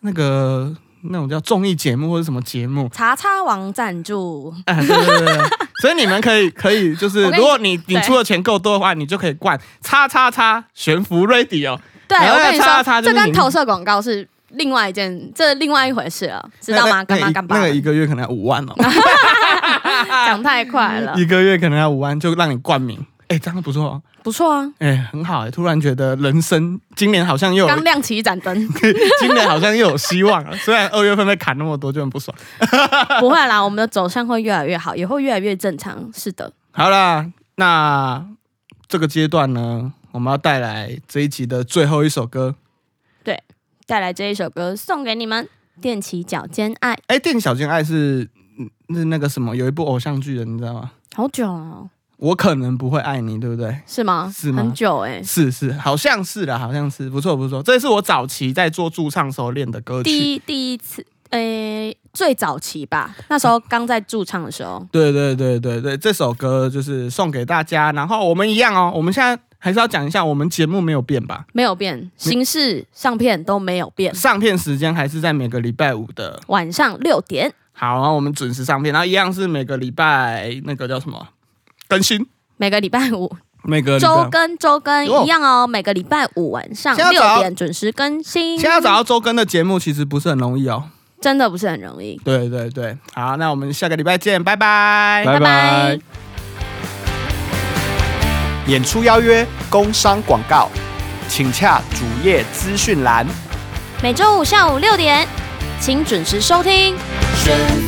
[SPEAKER 2] 那个那种叫综艺节目或者什么节目。
[SPEAKER 1] 查查王赞助，
[SPEAKER 2] 啊，对对对对，所以你们可以可以就是，
[SPEAKER 1] 我跟你
[SPEAKER 2] 如果你你
[SPEAKER 1] 对
[SPEAKER 2] 出的钱够多的话，你就可以冠叉叉叉悬浮哦 radio，
[SPEAKER 1] 对
[SPEAKER 2] 然
[SPEAKER 1] 我
[SPEAKER 2] 后
[SPEAKER 1] 跟你
[SPEAKER 2] 要插
[SPEAKER 1] 说
[SPEAKER 2] 插，就
[SPEAKER 1] 这
[SPEAKER 2] 是
[SPEAKER 1] 跟
[SPEAKER 2] 您
[SPEAKER 1] 投射广告是另外一件，这另外一回事了，知道吗？
[SPEAKER 2] 那
[SPEAKER 1] 干
[SPEAKER 2] 那
[SPEAKER 1] 妈
[SPEAKER 2] 一
[SPEAKER 1] 干爸
[SPEAKER 2] 那个一个月可能要五万哦，
[SPEAKER 1] 讲太快了，
[SPEAKER 2] 一个月可能要五万，就让你冠名。啊哎、这样不错哦，
[SPEAKER 1] 不错啊，
[SPEAKER 2] 哎、很好哎、突然觉得人生今年好像又有
[SPEAKER 1] 刚亮起一盏灯，
[SPEAKER 2] (laughs) 今年好像又有希望 (laughs) 了。虽然二月份被砍那么多，就很不爽。
[SPEAKER 1] (laughs) 不会啦，我们的走向会越来越好，也会越来越正常，是的。
[SPEAKER 2] 好啦，那这个阶段呢，我们要带来这一集的最后一首歌。
[SPEAKER 1] 带来这一首歌送给你们，《踮起脚尖爱》，
[SPEAKER 2] 哎、电影小金爱是嗯是那个什么，有一部偶像剧的，你知道吗？
[SPEAKER 1] 好久哦，
[SPEAKER 2] 我可能不会爱你，对不对？
[SPEAKER 1] 是吗？
[SPEAKER 2] 是吗
[SPEAKER 1] 很久哎、
[SPEAKER 2] 是是，好像是啦，好像是，不错不错。这是我早期在做驻唱时候练的歌曲。
[SPEAKER 1] 第一第一次，诶、最早期吧，那时候刚在驻唱的时候，
[SPEAKER 2] 对对对对对，这首歌就是送给大家。然后我们一样哦，我们现在还是要讲一下，我们节目没有变吧？
[SPEAKER 1] 没有变，形式上片都没有变，
[SPEAKER 2] 上片时间还是在每个礼拜五的。
[SPEAKER 1] 晚上六点，
[SPEAKER 2] 好，然后我们准时上片，然后一样是每个礼拜那个叫什么更新，
[SPEAKER 1] 每个礼拜五
[SPEAKER 2] 每个礼
[SPEAKER 1] 周
[SPEAKER 2] 拜。
[SPEAKER 1] 更周更
[SPEAKER 2] 哟
[SPEAKER 1] 一样哦，每个礼拜五晚上
[SPEAKER 2] 现在
[SPEAKER 1] 六
[SPEAKER 2] 找
[SPEAKER 1] 点准时更新，
[SPEAKER 2] 现在找到周更的节目其实不是很容易哦。
[SPEAKER 1] 真的不是很容易，
[SPEAKER 2] 对对对，好，那我们下个礼拜见，拜拜。
[SPEAKER 3] 拜拜。
[SPEAKER 5] 演出邀约、工商广告，请洽主页资讯栏。
[SPEAKER 1] 每周五下午六点，请准时收听。
[SPEAKER 4] 悬浮。